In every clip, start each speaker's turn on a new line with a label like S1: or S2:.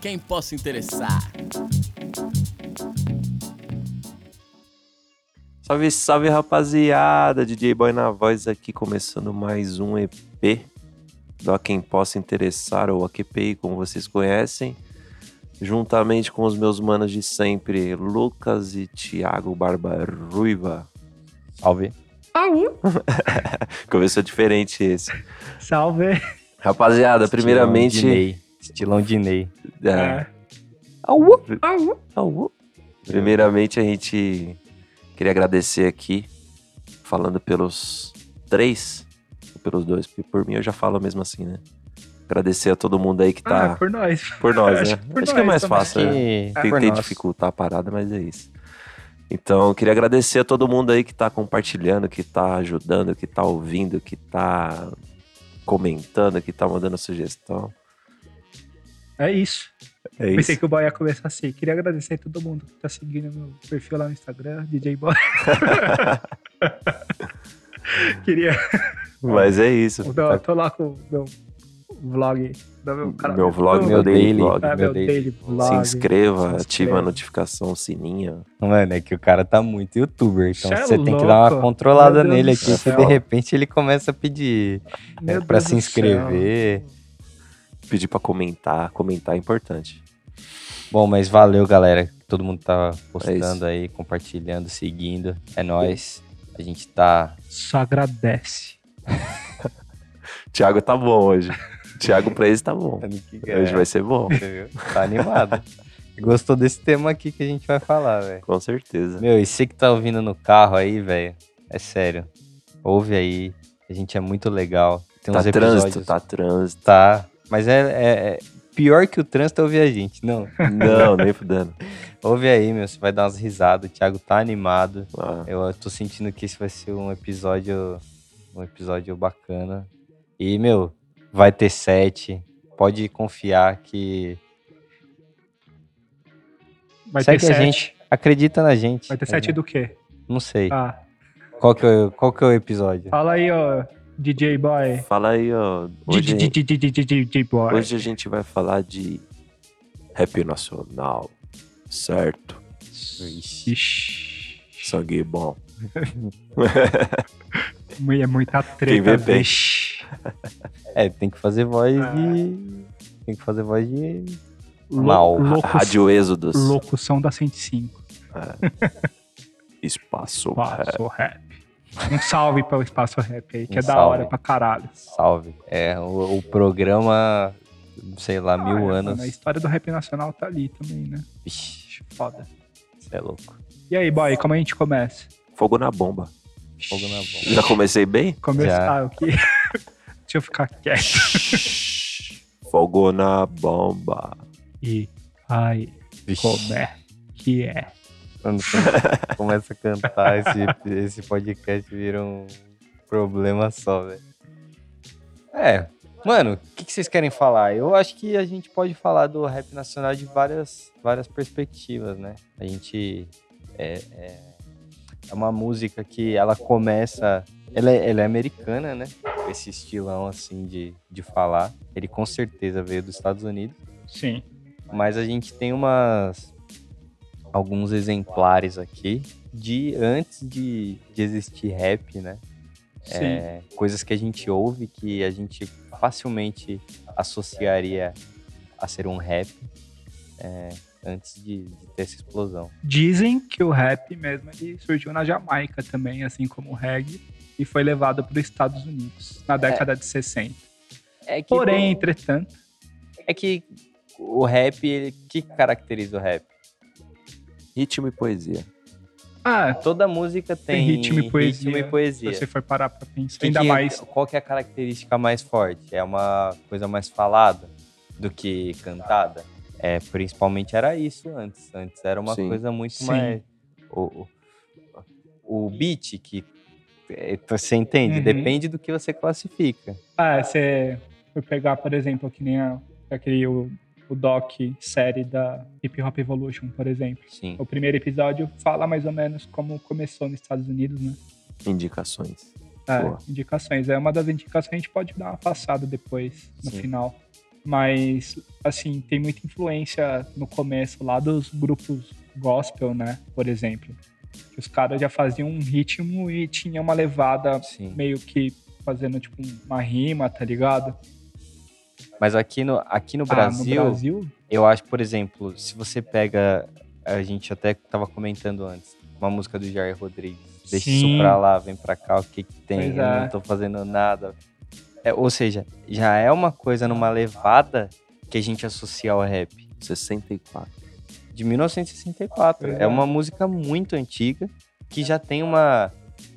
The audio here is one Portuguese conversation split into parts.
S1: quem possa interessar.
S2: Salve, salve rapaziada! DJ Boy na voz aqui, começando mais um EP do A Quem Possa Interessar, ou AQPI, como vocês conhecem. Juntamente com os meus manos de sempre, Lucas e Thiago Barbaruiva.
S3: Salve.
S4: Au!
S2: Começou diferente esse.
S4: Salve!
S2: Rapaziada,
S3: Estilão
S2: primeiramente.
S3: Diney. Estilão Diney.
S2: é,
S3: Au!
S4: Au!
S2: Alô? Primeiramente, a gente queria agradecer aqui, falando pelos três, ou pelos dois, porque por mim eu já falo mesmo assim, né? Agradecer a todo mundo aí que
S4: Ah,
S2: tá
S4: por nós.
S2: por nós, né?
S4: acho
S2: Acho,
S4: que por
S2: que é
S4: nós
S2: mais
S4: também. é
S2: fácil, né?
S3: Que- por
S2: Tentei
S3: nós.
S2: dificultar a parada, mas é isso. Então, eu queria agradecer a todo mundo aí que tá compartilhando, que tá ajudando, que tá ouvindo, que tá comentando, que tá mandando sugestão.
S4: É isso.
S2: É
S4: Pensei
S2: isso.
S4: que o boy ia começar assim. Queria agradecer a todo mundo que tá seguindo meu perfil lá no Instagram, DJ Boy. Queria.
S2: Mas é isso.
S4: Não, eu tô lá com o meu vlog. do meu, canal.
S2: Meu vlog,
S3: Meu
S2: meu daily
S3: daily.
S2: vlog.
S4: Ah, meu
S3: meu
S4: daily vlog.
S2: Se inscreva,
S4: se
S2: ativa
S4: inscreva.
S2: a notificação, sininho.
S3: Mano, é que o cara tá muito youtuber, então
S4: Cê é
S3: você tem que dar uma
S4: louco.
S3: controlada
S4: Meu Deus
S3: nele
S4: do
S3: aqui, que
S2: céu.
S3: de repente ele começa a pedir
S4: Meu
S3: é, pra
S4: Deus
S3: se
S4: do céu.
S3: inscrever.
S2: Pedir pra comentar, comentar é importante.
S3: Bom, mas valeu, galera. que Todo mundo tá
S2: É isso.
S3: postando aí, compartilhando, seguindo. É nóis. A gente tá.
S4: Só agradece.
S2: Thiago tá bom hoje. Thiago pra esse tá bom. Hoje vai ser bom,
S3: Você viu? Tá animado. Gostou desse tema aqui que a gente vai falar, velho.
S2: com certeza.
S3: Meu, e você que tá ouvindo no carro aí, velho, é sério. Ouve aí. A gente é muito legal. Tem uns
S2: Tá trânsito,
S3: episódios.
S2: tá trânsito.
S3: Tá. Mas é, é- é pior que o trânsito é ouvir a gente. Não.
S2: Não, nem fudendo.
S3: Ouve aí, meu. Você vai dar umas risadas. O Thiago tá animado.
S2: Ah,
S3: Eu tô sentindo que esse vai ser um episódio. Um episódio bacana. E, meu, vai ter sete. Pode confiar que.
S4: Vai
S3: Segue
S4: ter
S3: a
S4: sete.
S3: gente. Acredita na gente. É,
S4: Vai ter sete do quê?
S3: Não sei.
S4: Ah,
S3: Qual, que é, qual que é o episódio?
S4: fala aí, ó, DJ Boy.
S2: fala aí, ó. Hoje,
S4: DJ Boy.
S2: hoje a gente vai falar de rap nacional, certo?
S4: Ixi.
S2: Sangue bom.
S4: É muita
S2: Quem vê
S4: treta.
S2: bem.
S4: vixe.
S3: É, tem que fazer voz
S4: Ah.
S3: de. Tem que fazer voz de.
S4: Lou-
S3: Mal.
S4: loucos-
S2: Rádio Êxodos.
S4: Locução da 105.
S2: Espaço. rap.
S4: Espaço Rap. Um salve para o Espaço Rap aí, que
S3: Um
S4: é da
S3: salve.
S4: hora pra caralho.
S3: Salve. É, o, o programa, sei lá, mil
S4: Ah,
S3: anos.
S4: mano, a história do rap nacional tá ali também, né?
S3: Vixe,
S4: Foda.
S3: você é louco.
S4: E aí, boy, como a gente começa?
S2: Fogo na bomba.
S3: Fogo na bomba.
S2: Já comecei bem?
S4: Começar
S3: Já.
S4: o quê? Deixa eu ficar quieto.
S2: Fogo na bomba.
S4: E aí,
S3: Vixe.
S4: como é que é?
S3: Quando come- começa a cantar, esse, esse podcast vira um problema só, velho. É. Mano, o que, que vocês querem falar? Eu acho que a gente pode falar do rap nacional de várias, várias perspectivas, né? A gente. É, é, é uma música que ela começa. Ela é, ela é americana, né? Esse estilão, assim, de, de falar. Ele com certeza veio dos Estados Unidos
S4: Sim.
S3: mas a gente tem umas alguns exemplares aqui de antes de, de existir rap, né?
S4: Sim.
S3: É, coisas que a gente ouve que a gente facilmente associaria a ser um rap é, antes de, de ter essa explosão.
S4: Dizem que o rap mesmo ele surgiu na Jamaica também, assim como o reggae, e foi levado para os Estados Unidos na década de 60.
S3: É que,
S4: Porém, entretanto,
S3: é que o rap, ele, que caracteriza o rap?
S2: Ritmo e poesia.
S4: ah,
S3: Toda música tem,
S4: Tem ritmo e poesia.
S3: e poesia.
S4: se você for parar para pensar,
S3: Que
S4: ainda
S3: que-
S4: mais
S3: Qual que é a característica mais forte? É uma coisa mais falada do que cantada? É, principalmente era isso antes. Antes era uma
S2: Sim.
S3: coisa muito
S4: Sim.
S3: mais. O, o, o beat que. é, Você entende?
S4: Uhum.
S3: Depende do que você classifica.
S4: Ah, você for pegar, por exemplo, que nem a, aquele, o, o doc série da Hip Hop Evolution, por exemplo.
S3: Sim.
S4: O primeiro episódio fala mais ou menos como começou nos Estados Unidos, né?
S2: Indicações.
S4: É,
S2: Boa.
S4: indicações. É uma das indicações que a gente pode dar uma passada depois, no
S3: Sim.
S4: final. Mas, assim, tem muita influência no começo lá dos grupos gospel, né? Por exemplo. Que os caras já faziam um ritmo e tinha uma levada
S3: Sim.
S4: meio que fazendo, tipo, uma rima, tá ligado?
S3: Mas aqui no, aqui no,
S4: Ah,
S3: Brasil,
S4: no Brasil,
S3: eu acho, por exemplo, se você pega. A gente até tava comentando antes, uma música do Jair Rodrigues. Deixa isso
S4: Sim.
S3: pra lá, vem pra cá, o que que tem?
S4: Pois
S3: Eu
S4: é.
S3: não tô fazendo nada. É, ou seja, já é uma coisa numa levada que a gente associa ao rap.
S2: 64.
S3: de 1964.
S4: Pois
S3: É
S4: é.
S3: uma música muito antiga que já tem uma.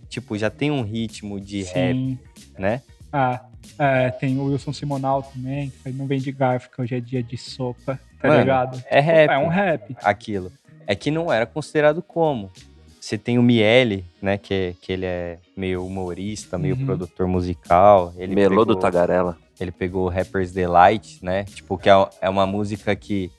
S3: Tipo, já tem um ritmo de rap,
S4: sim.
S3: né?
S4: Ah, é, tem o Wilson Simonal também, que faz não vem de garfo, que hoje é dia de sopa, tá
S3: Mano,
S4: ligado?
S3: É rap
S4: É um rap.
S3: aquilo. É que não era considerado como. Você tem o Miele, né? Que, é- que ele é meio humorista, meio
S4: Uhum.
S3: produtor musical. Ele
S2: Melô
S3: pegou,
S2: do Tagarela.
S3: Ele pegou o Rapper's Delight, né? Tipo, que é, é uma música que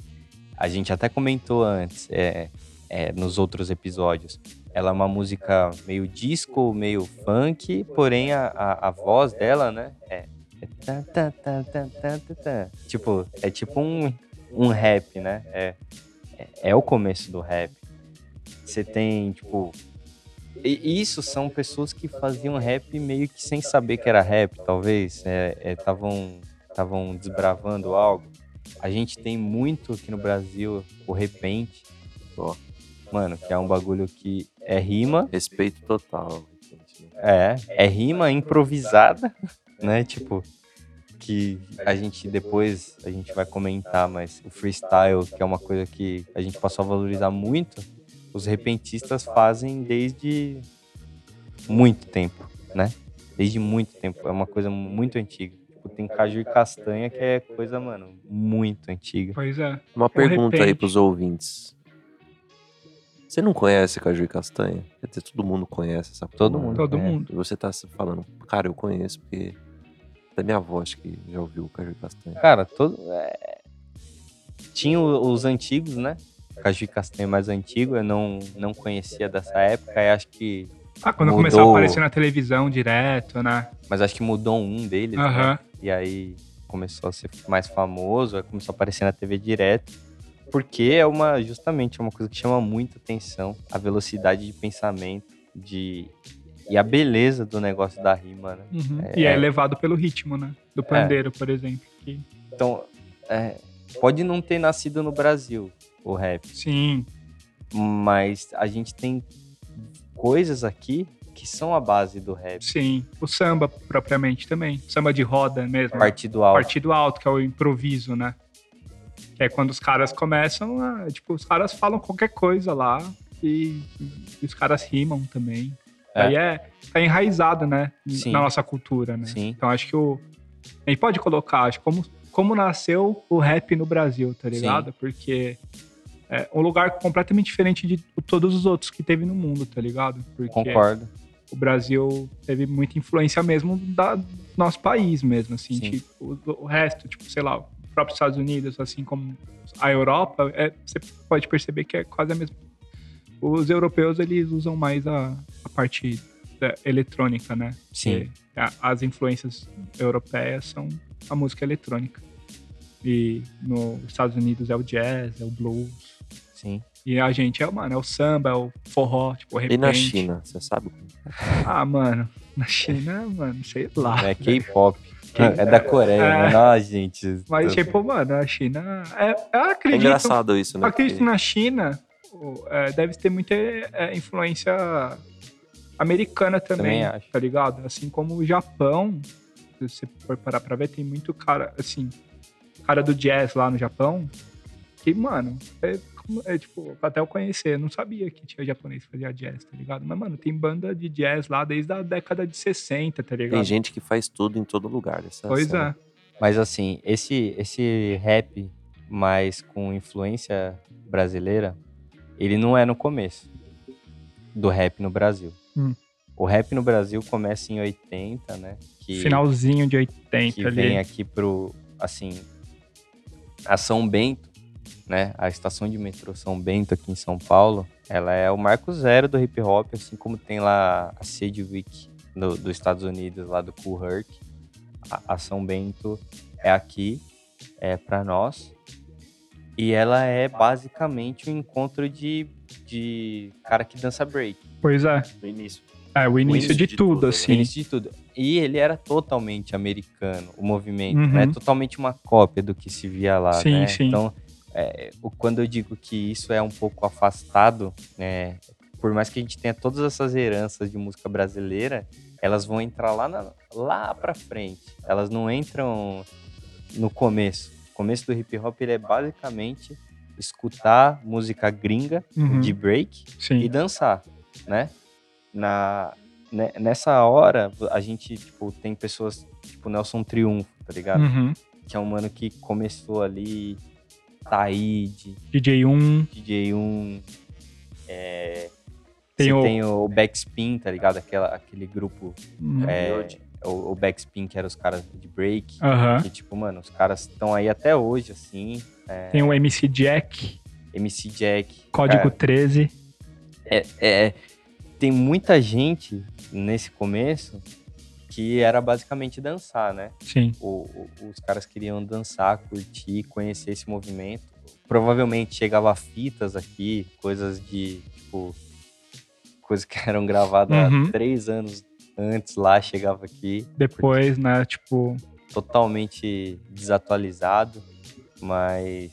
S3: a gente até comentou antes, é, é, nos outros episódios. Ela é uma música meio disco, meio funk, porém a, a, a voz dela, né? É. é tá, tá, tá, tá, tá, tá, tá. Tipo, é tipo um, um rap, né? É, é, é o começo do rap. Você tem, tipo. E isso são pessoas que faziam rap meio que sem saber que era rap, talvez. é, Estavam estavam desbravando algo. A gente tem muito aqui no Brasil o repente.
S2: Ó.
S3: Mano, que é um bagulho que é rima,
S2: Respeito total. gente.
S3: é, é rima improvisada, né? Tipo, que a gente depois a gente vai comentar, mas o freestyle, que é uma coisa que a gente passou a valorizar muito, os repentistas fazem desde muito tempo, né? Desde muito tempo, é uma coisa muito antiga. Tipo, tem caju e castanha que é coisa, mano, muito antiga.
S4: Pois é.
S2: Uma pergunta aí
S4: repente.
S2: pros ouvintes. Você não conhece Caju e Castanha? Quer dizer, todo mundo conhece essa
S3: Todo
S2: porra,
S3: mundo.
S2: né?
S4: Todo
S3: É.
S4: mundo.
S2: E Você tá se falando, cara, eu conheço porque da minha avó acho que já ouviu Caju e Castanha.
S3: Cara, todo. é, Tinha o- os antigos, né? Caju e Castanha é mais antigo, eu não, não conhecia dessa época, e acho que.
S4: Ah, quando
S3: Mudou.
S4: começou a aparecer na televisão direto, né?
S3: Mas acho que mudou um deles, né?
S4: Aham.
S3: E aí começou a ser mais famoso, aí começou a aparecer na TV direto. Porque é uma, justamente, é uma coisa que chama muita atenção, a velocidade de pensamento, de. E a beleza do negócio da rima, né?
S4: Uhum.
S3: É.
S4: E é levado pelo ritmo, né? Do pandeiro, por exemplo. que-
S3: Então, é, pode não ter nascido no Brasil o rap,
S4: Sim,
S3: mas a gente tem coisas aqui que são a base do rap.
S4: sim. O samba, propriamente, também. Samba de roda mesmo.
S3: Partido alto.
S4: Partido alto, que é o improviso, né? Que é quando os caras começam a. Tipo, os caras falam qualquer coisa lá e, e os caras rimam também.
S3: É.
S4: Aí é. Tá enraizado, né?
S3: Sim.
S4: Na nossa cultura, né?
S3: Sim.
S4: Então acho que o. A gente pode colocar, acho, como, como nasceu o rap no Brasil, tá ligado? Porque. É um lugar completamente diferente de todos os outros que teve no mundo, tá ligado? Porque é
S3: Concordo.
S4: o Brasil teve muita influência mesmo da do nosso país mesmo, assim,
S3: Sim.
S4: tipo, o, o resto, tipo, sei lá, o próprio Estados Unidos, assim como a Europa, é, você pode perceber que é quase a mesma. Os europeus eles usam mais a, a parte da eletrônica, né?
S3: Sim.
S4: Porque a- as influências europeias são a música eletrônica. E nos Estados Unidos é o jazz, é o blues.
S3: Sim.
S4: E a gente é, mano, é o samba, é o forró, tipo, o
S2: E na
S4: repente.
S2: China, você sabe? É como?
S4: Ah, mano, na China, mano, sei lá.
S3: É K-pop. É da Coreia,
S4: É.
S3: né? Nossa, gente.
S4: Mas,
S3: Eu-
S4: tipo, mano, a China. É, eu
S2: É
S4: acredito.
S2: engraçado isso,
S4: eu
S2: né?
S4: acredito que
S2: Porque
S4: na China o- é, deve ter muita é, influência americana também,
S3: Também acho.
S4: tá ligado? Assim como o Japão, se você for parar pra ver, tem muito cara, assim, cara do jazz lá no Japão, que, mano, é, como- é, tipo, até eu conhecer, eu não sabia que tinha japonês que fazia jazz, tá ligado? Mas, mano, tem banda de jazz lá desde a década de 60, tá ligado?
S2: Tem gente que faz tudo em todo lugar. Essa
S4: Pois
S2: essa-
S4: é.
S3: Mas assim, esse, esse rap, mas com influência brasileira, ele não é no começo do rap no Brasil.
S4: Hum.
S3: O rap no Brasil começa em 80, né? Que-
S4: Finalzinho de 80
S3: que
S4: ali.
S3: vem aqui pro, assim, a São Bento, né? A estação de metrô São Bento aqui em São Paulo, ela é o marco zero do hip hop, assim como tem lá a Sedgwick do, dos Estados Unidos, lá do Cool Herc. A, a São Bento é aqui é, para nós. E ela é basicamente um encontro de, de cara que dança break.
S4: Pois é.
S2: No início.
S4: É, o início, de, tudo, assim.
S3: Início de tudo. E ele era totalmente americano, o movimento,
S4: Uhum.
S3: né? Totalmente uma cópia do que se via lá,
S4: Sim,
S3: né?
S4: sim.
S3: Então, é, o- quando eu digo que isso é um pouco afastado, né? Por mais que a gente tenha todas essas heranças de música brasileira, elas vão entrar lá, na, lá pra frente. Elas não entram no começo. O começo do hip hop ele é basicamente escutar música gringa
S4: Uhum,
S3: de break e
S4: Sim.
S3: dançar, né? Na, ne- nessa hora, a gente, tipo, tem pessoas, tipo, Nelson Triunfo, tá ligado?
S4: Uhum.
S3: Que é um mano que começou ali, Taíde,
S4: DJ 1,
S3: DJ1, é...
S4: Tem
S3: Tem
S4: o-
S3: o... tem o Backspin, tá ligado? Aquela, aquele grupo,
S4: uhum,
S3: é, o, o Backspin, que eram os caras de break.
S4: aham.
S3: Que, tipo, mano, os caras estão aí até hoje, assim. é,
S4: tem o MC Jack,
S3: MC Jack.
S4: Código
S3: cara,
S4: 13.
S3: é, é- tem muita gente nesse começo que era basicamente dançar, né?
S4: Sim.
S3: O- o- os caras queriam dançar, curtir, conhecer esse movimento. Provavelmente chegava fitas aqui, coisas de tipo coisas que eram gravadas
S4: Uhum.
S3: há três anos antes lá chegava aqui
S4: Depois, né, tipo,
S3: totalmente desatualizado, mas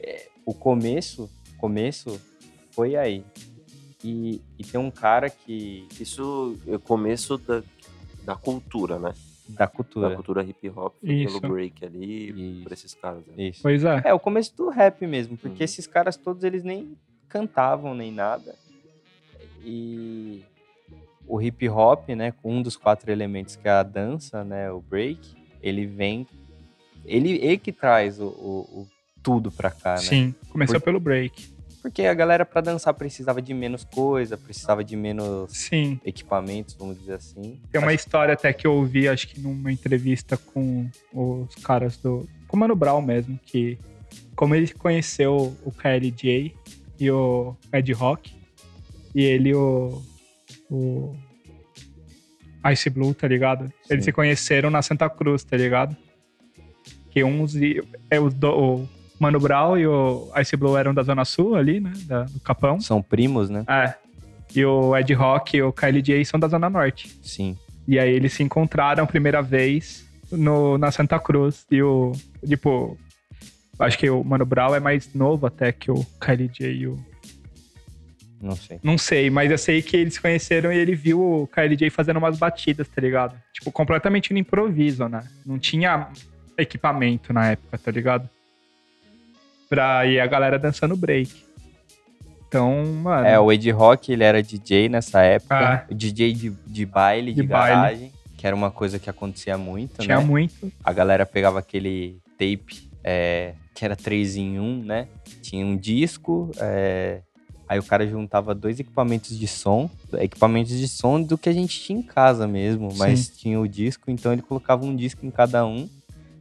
S3: é, o começo, começo foi aí. E, e tem um cara que
S2: Isso é o começo da, da cultura, né?
S3: da
S2: Da
S3: cultura.
S2: cultura hip hop,
S4: Isso.
S2: pelo break ali,
S3: É. Isso,
S2: por esses caras. né?
S3: isso.
S4: pois é.
S3: É o começo do rap mesmo, porque
S2: Uhum.
S3: esses caras todos eles nem cantavam nem nada. E o hip hop, né, com um dos quatro elementos que é a dança, né, o break, ele vem ele, ele que traz o, o- o tudo pra cá, né?
S4: Sim. Começou pelo break.
S3: Porque a galera pra dançar precisava de menos coisa, precisava de menos
S4: Sim.
S3: equipamentos, vamos dizer assim.
S4: Tem uma história até que eu ouvi, acho que numa entrevista com os caras do. Com o Mano Brown mesmo, que. Como ele conheceu o KLJ e o Ed Rock. E ele e o. O. Ice Blue, tá ligado? Eles
S3: Sim.
S4: se conheceram na Santa Cruz, tá ligado? Que uns. i- É os do, o Mano Brown e o Ice Blue eram da Zona Sul ali, né? Da- do Capão.
S3: São primos, né?
S4: É. E o Ed Rock e o KLJ são da Zona Norte.
S3: Sim.
S4: E aí eles se encontraram a primeira vez no, na Santa Cruz. E o. Tipo. Acho que o Mano Brown é mais novo até que o KLJ e o.
S3: Não sei.
S4: Não sei, mas eu sei que eles se conheceram e ele viu o KLJ fazendo umas batidas, tá ligado? Tipo, completamente no improviso, né? Não tinha equipamento na época, tá ligado? Pra ir a galera dançando break. Então, mano.
S3: É, o Ed Rock, ele era DJ nessa época.
S4: Ah.
S3: DJ de, de baile,
S4: De
S3: de,
S4: baile.
S3: garagem. Que era uma coisa que acontecia muito,
S4: tinha
S3: né?
S4: muito.
S3: A galera pegava aquele tape, é, que era 3 em 1, né? Tinha um disco, é, aí o cara juntava dois equipamentos de som, equipamentos de som do que a gente tinha em casa mesmo, mas tinha o disco, então ele colocava um disco em cada um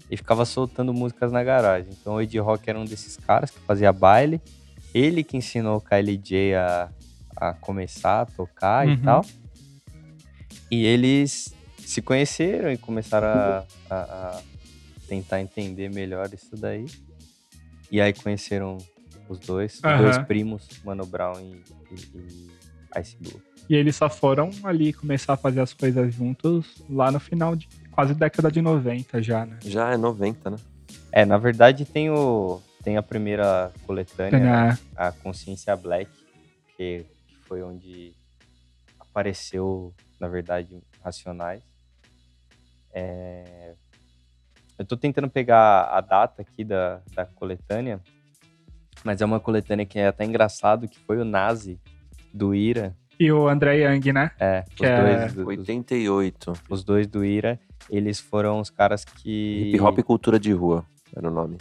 S3: e ficava soltando músicas na garagem. Então o Ed Rock era um desses caras que fazia baile, ele que ensinou o KLJ a, a começar a tocar e
S4: Uhum.
S3: tal. E eles se conheceram e começaram a- a- a tentar entender melhor isso daí. E aí conheceram os dois, os
S4: Aham.
S3: dois primos, Mano Brown e, e- e Ice Blue.
S4: E eles só foram ali começar a fazer as coisas juntos lá no final de quase década de 90 já, né?
S2: Já é 90, né?
S3: É, na verdade tem o tem a primeira coletânea, né?
S4: Né?
S3: a Consciência Black, que, que foi onde apareceu, na verdade, Racionais. É, Eu tô tentando pegar a data aqui da, da coletânea, mas é uma coletânea que é até engraçado, que foi o Nazi do Ira.
S4: E o André Young, né?
S3: É, os,
S4: Que é-
S3: dois, do- os,
S2: 88.
S3: os dois do Ira, eles foram os caras que...
S2: Hip hop e cultura de rua era o nome.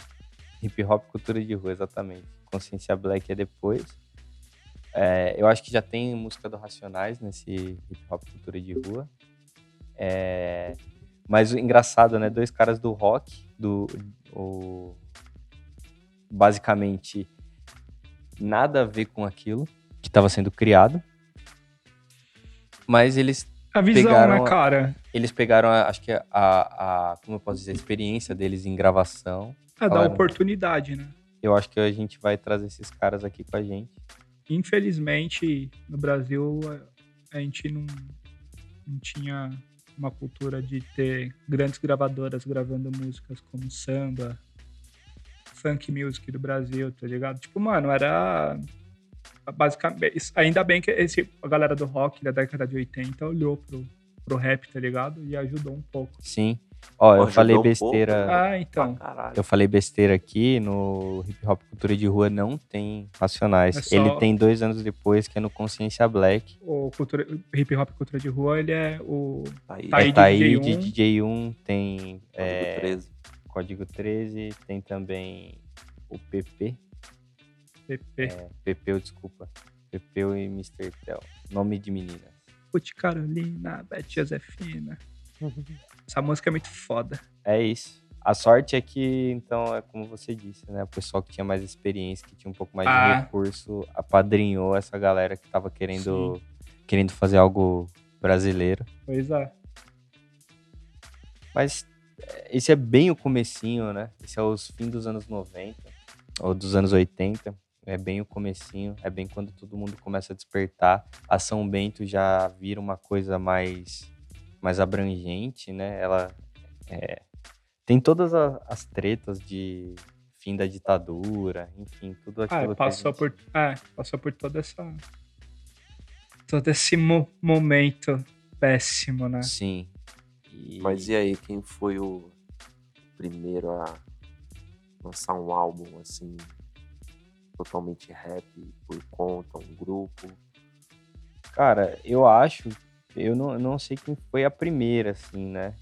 S3: Hip hop cultura de rua, exatamente. Consciência Black é depois. É, eu acho que já tem música do Racionais nesse hip hop cultura de rua. É, mas o engraçado, né? Dois caras do rock, do o- basicamente nada a ver com aquilo que estava sendo criado. Mas eles
S4: A visão,
S3: Pegaram
S4: né,
S3: a-
S4: cara?
S3: Eles pegaram, a- acho que a, a- como eu posso dizer, a experiência deles em gravação.
S4: É da
S3: Falaram.
S4: oportunidade, né?
S3: Eu acho que a gente vai trazer esses caras aqui com a gente.
S4: Infelizmente, no Brasil, a- a gente não, não tinha uma cultura de ter grandes gravadoras gravando músicas como samba, funk music do Brasil, tá ligado? Tipo, mano, era basicamente... isso- Ainda bem que esse, a galera do rock da década de 80 olhou pro, pro rap, tá ligado? E ajudou um pouco.
S3: Sim. Ó, eu
S2: Ajudou
S3: falei
S2: um pouco,
S3: besteira.
S4: Ah, então...
S2: Caralho.
S3: Eu falei besteira aqui, no hip hop cultura de rua não tem Racionais.
S4: É só-
S3: Ele tem dois anos depois, que é no Consciência Black.
S4: O cultura, hip hop cultura de rua, ele é o
S2: Tá aí.
S4: Tá aí.
S3: é Taíde,
S4: DJ1.
S3: DJ1, tem é,
S2: Código 13.
S3: Código 13, tem também o PP.
S4: PP.
S3: É, Pepeu, desculpa. Pepeu e Mr. Tel. Nome de menina.
S4: Put Carolina, Beth Josefina. Essa música é muito foda.
S3: É isso. A sorte é que, então, é como você disse, né? O pessoal que tinha mais experiência, que tinha um pouco mais
S4: Ah.
S3: de recurso, apadrinhou essa galera que tava querendo, querendo fazer algo brasileiro.
S4: Pois é.
S3: Mas é, esse é bem o comecinho, né? Esse é os fim dos anos 90 ou dos anos 80. É bem o comecinho, é bem quando todo mundo começa a despertar. A São Bento já vira uma coisa mais mais abrangente, né? Ela é, tem todas a- as tretas de fim da ditadura, enfim, tudo
S4: Ah,
S3: aquilo. que a
S4: passou
S3: gente-
S4: por, é, passou por toda essa. Todo esse mo- momento péssimo, né?
S3: Sim. E-
S2: Mas e aí, quem foi o primeiro a lançar um álbum assim, totalmente rap, por conta, um grupo?
S3: Cara, eu acho. Eu não, eu não sei quem foi a primeira, assim, né?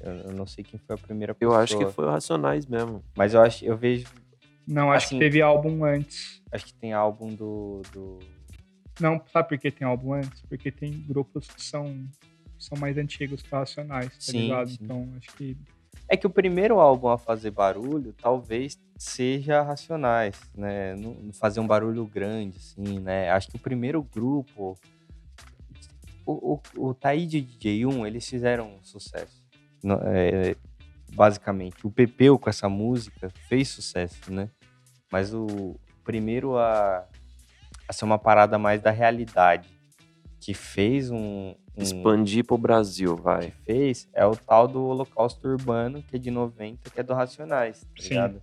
S3: Eu, eu não sei quem foi a primeira
S2: Eu
S3: pessoa.
S2: acho que foi o Racionais mesmo.
S3: Mas eu acho, eu vejo.
S4: Não, acho
S3: Assim-
S4: que teve álbum antes.
S3: Acho que tem álbum do. do...
S4: Não, sabe por que tem álbum antes? Porque tem grupos que são, são mais antigos que Racionais, tá
S3: Sim,
S4: ligado?
S3: sim.
S4: Então, acho que.
S3: É que o primeiro álbum a fazer barulho talvez seja Racionais, né? Não- não fazer um barulho grande, assim, né? Acho que o primeiro grupo. O, o, o Taíde e DJ1, eles fizeram sucesso. No- é, basicamente. O Pepeu com essa música fez sucesso, né? Mas o primeiro a, a ser uma parada mais da realidade, que fez um. um
S2: Expandir pro Brasil,
S3: que
S2: vai.
S3: fez é o tal do Holocausto Urbano, que é de 90, que é do Racionais, tá
S4: Sim.
S3: ligado?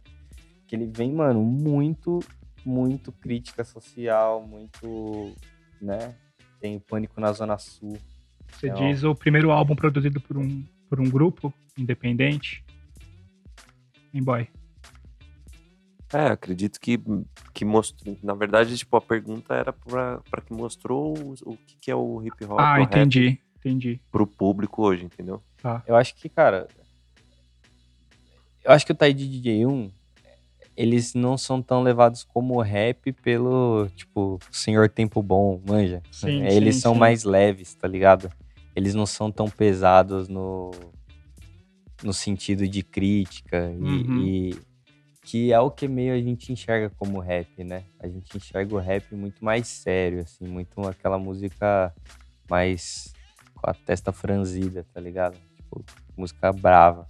S3: Que ele vem, mano, muito, muito crítica social, muito, né? Tem Pânico na Zona Sul.
S4: Você
S3: Não.
S4: diz o primeiro álbum produzido por um, por um grupo independente? Em boy.
S2: É, acredito que, que mostrou. Na verdade, tipo, a pergunta era pra, pra que mostrou o, o que, que é o hip hop
S4: Ah,
S2: o rap
S4: entendi. Entendi.
S2: pro público hoje, entendeu?
S4: Tá.
S3: Eu acho que, cara. Eu acho que o Taí DJ 1, eles não são tão levados como o rap pelo, tipo, Senhor Tempo Bom, manja.
S4: Sim,
S3: É, eles
S4: sim,
S3: são
S4: sim.
S3: mais leves, tá ligado? Eles não são tão pesados no, no sentido de crítica e-
S4: Uhum.
S3: e, que é o que meio a gente enxerga como rap, né? A gente enxerga o rap muito mais sério, assim, muito aquela música mais com a testa franzida, tá ligado? Tipo, música brava.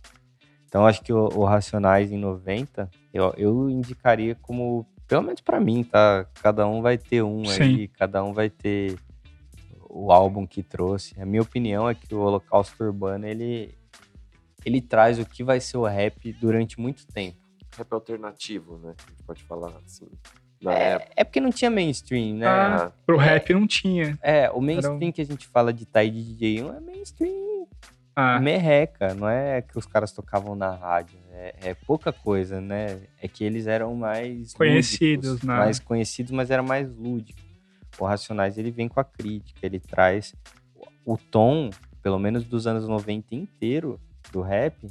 S3: Então acho que o, o Racionais em 90, eu, eu indicaria como, pelo menos pra mim, tá? Cada um vai ter um
S4: Sim.
S3: aí, cada um vai ter o álbum que trouxe. A minha opinião é que o Holocausto Urbano, ele, ele traz o que vai ser o rap durante muito tempo.
S2: Rap alternativo, né? A gente pode falar assim. Na época.
S3: É, é porque não tinha mainstream, né?
S4: Ah. Pro rap não tinha.
S3: É, o
S4: Era
S3: mainstream
S4: um-
S3: que a gente fala de Tide DJ 1 é mainstream
S4: Ah,
S3: merreca, não é que os caras tocavam na rádio, é, é pouca coisa, né? É que eles eram mais
S4: Conhecidos,
S3: lúdicos,
S4: né?
S3: mais conhecidos, mas era mais lúdico. O Racionais ele vem com a crítica, ele traz o tom, pelo menos dos anos 90 inteiro do rap,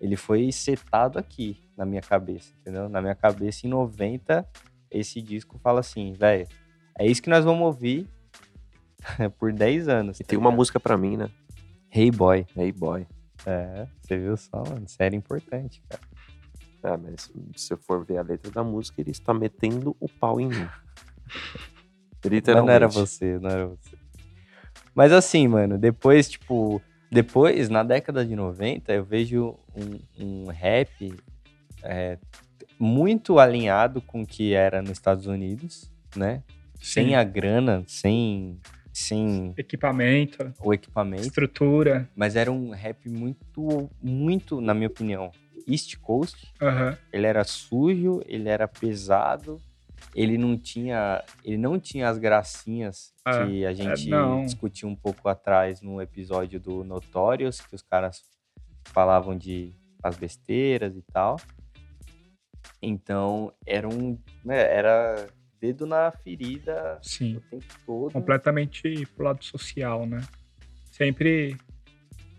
S3: ele foi setado aqui na minha cabeça, entendeu? Na minha cabeça em 90 esse disco fala assim, velho, é isso que nós vamos ouvir por 10 anos.
S2: E
S3: tá
S2: tem uma
S3: ligado?
S2: música pra mim, né?
S3: Hey Boy.
S2: Hey Boy.
S3: É, você viu só, mano. Série importante, cara.
S2: É, mas se eu for ver a letra da música, ele está metendo o pau em mim. Literalmente.
S3: Mas não era você, não era você. Mas assim, mano, depois, tipo. Depois, na década de 90, eu vejo um, um rap é, muito alinhado com o que era nos Estados Unidos, né? Sem
S4: Sim.
S3: a grana, sem, sem
S4: Equipamento,
S3: o equipamento.
S4: estrutura.
S3: Mas era um rap muito, muito, na minha opinião, East Coast.
S4: Aham.
S3: ele era sujo, ele era pesado, ele não tinha, ele não tinha as gracinhas
S4: Ah,
S3: que a gente
S4: não.
S3: discutiu um pouco atrás no episódio do Notorious, que os caras falavam de as besteiras e tal. Então, era um, né, era dedo na ferida
S4: Sim.
S3: o tempo todo.
S4: completamente pro lado social, né? Sempre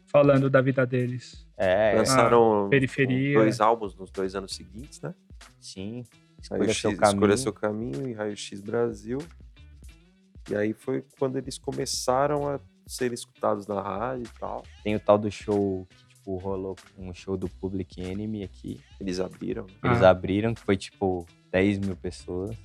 S4: falando da vida deles.
S3: É,
S2: Lançaram
S4: Ah, periferia.
S2: dois álbuns nos dois anos seguintes, né?
S3: sim.
S2: Raio
S3: Escolha
S2: X,
S3: seu
S2: Escolha
S3: caminho.
S2: Seu Caminho e Raio X Brasil. E aí foi quando eles começaram a ser escutados na rádio e tal.
S3: Tem o tal do show que tipo rolou um show do Public Enemy aqui.
S2: Eles abriram. né?
S3: Eles
S4: Ah.
S3: abriram, que foi tipo 10 mil pessoas.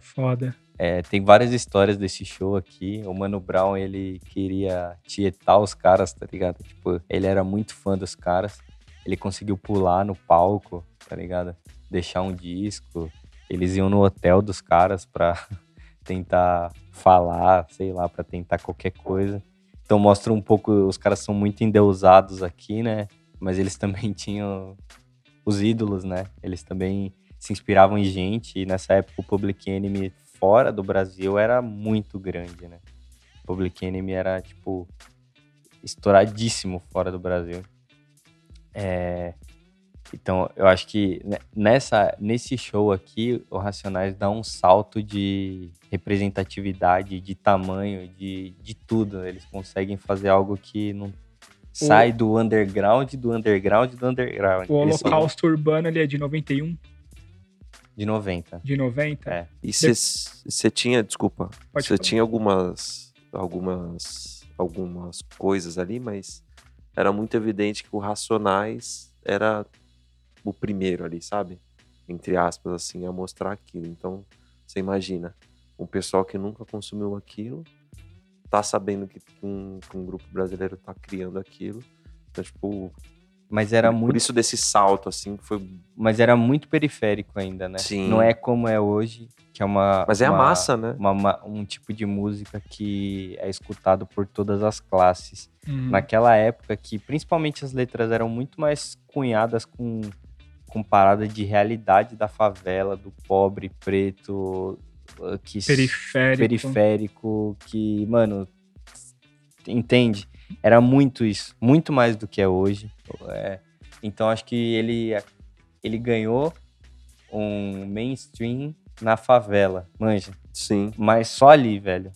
S4: Foda.
S3: É, tem várias histórias desse show aqui. O Mano Brown, ele queria tietar os caras, tá ligado? Tipo, ele era muito fã dos caras. Ele conseguiu pular no palco, tá ligado? Deixar um disco. Eles iam no hotel dos caras pra tentar falar, sei lá, pra tentar qualquer coisa. Então mostra um pouco, os caras são muito endeusados aqui, né? Mas eles também tinham os ídolos, né? Eles também se inspiravam em gente, e nessa época o Public Enemy fora do Brasil era muito grande, né? O Public Enemy era, tipo, estouradíssimo fora do Brasil. É, Então, eu acho que ne- nessa, nesse show aqui, o Racionais dá um salto de representatividade, de tamanho, de, de tudo. Eles conseguem fazer algo que não sai do underground, do underground, do underground.
S4: O
S3: Eles só-
S4: Holocausto Urbano ele é de 91,
S3: De 90.
S4: de 90.
S3: É.
S2: E você tinha, desculpa,
S4: Pode
S2: você
S4: falar.
S2: tinha algumas, algumas, algumas coisas ali, mas era muito evidente que o Racionais era o primeiro ali, sabe? Entre aspas, assim, a mostrar aquilo. Então, você imagina, um pessoal que nunca consumiu aquilo, tá sabendo que um, que um grupo brasileiro tá criando aquilo. Então, tipo,
S3: Mas era
S2: por
S3: muito
S2: isso desse salto, assim, que foi.
S3: mas era muito periférico ainda, né?
S2: Sim.
S3: Não é como é hoje, que é uma.
S2: Mas é a
S3: uma-
S2: massa, né?
S3: uma- uma- um tipo de música que é escutado por todas as classes.
S4: Uhum.
S3: Naquela época que principalmente as letras eram muito mais cunhadas com, com parada de realidade da favela, do pobre preto, eh, que s-
S4: Periférico.
S3: periférico, né? que, mano, entende? Era muito isso, muito mais do que é hoje. É, então acho que ele, ele ganhou um mainstream na favela, manja.
S2: Sim.
S3: Mas só ali, velho.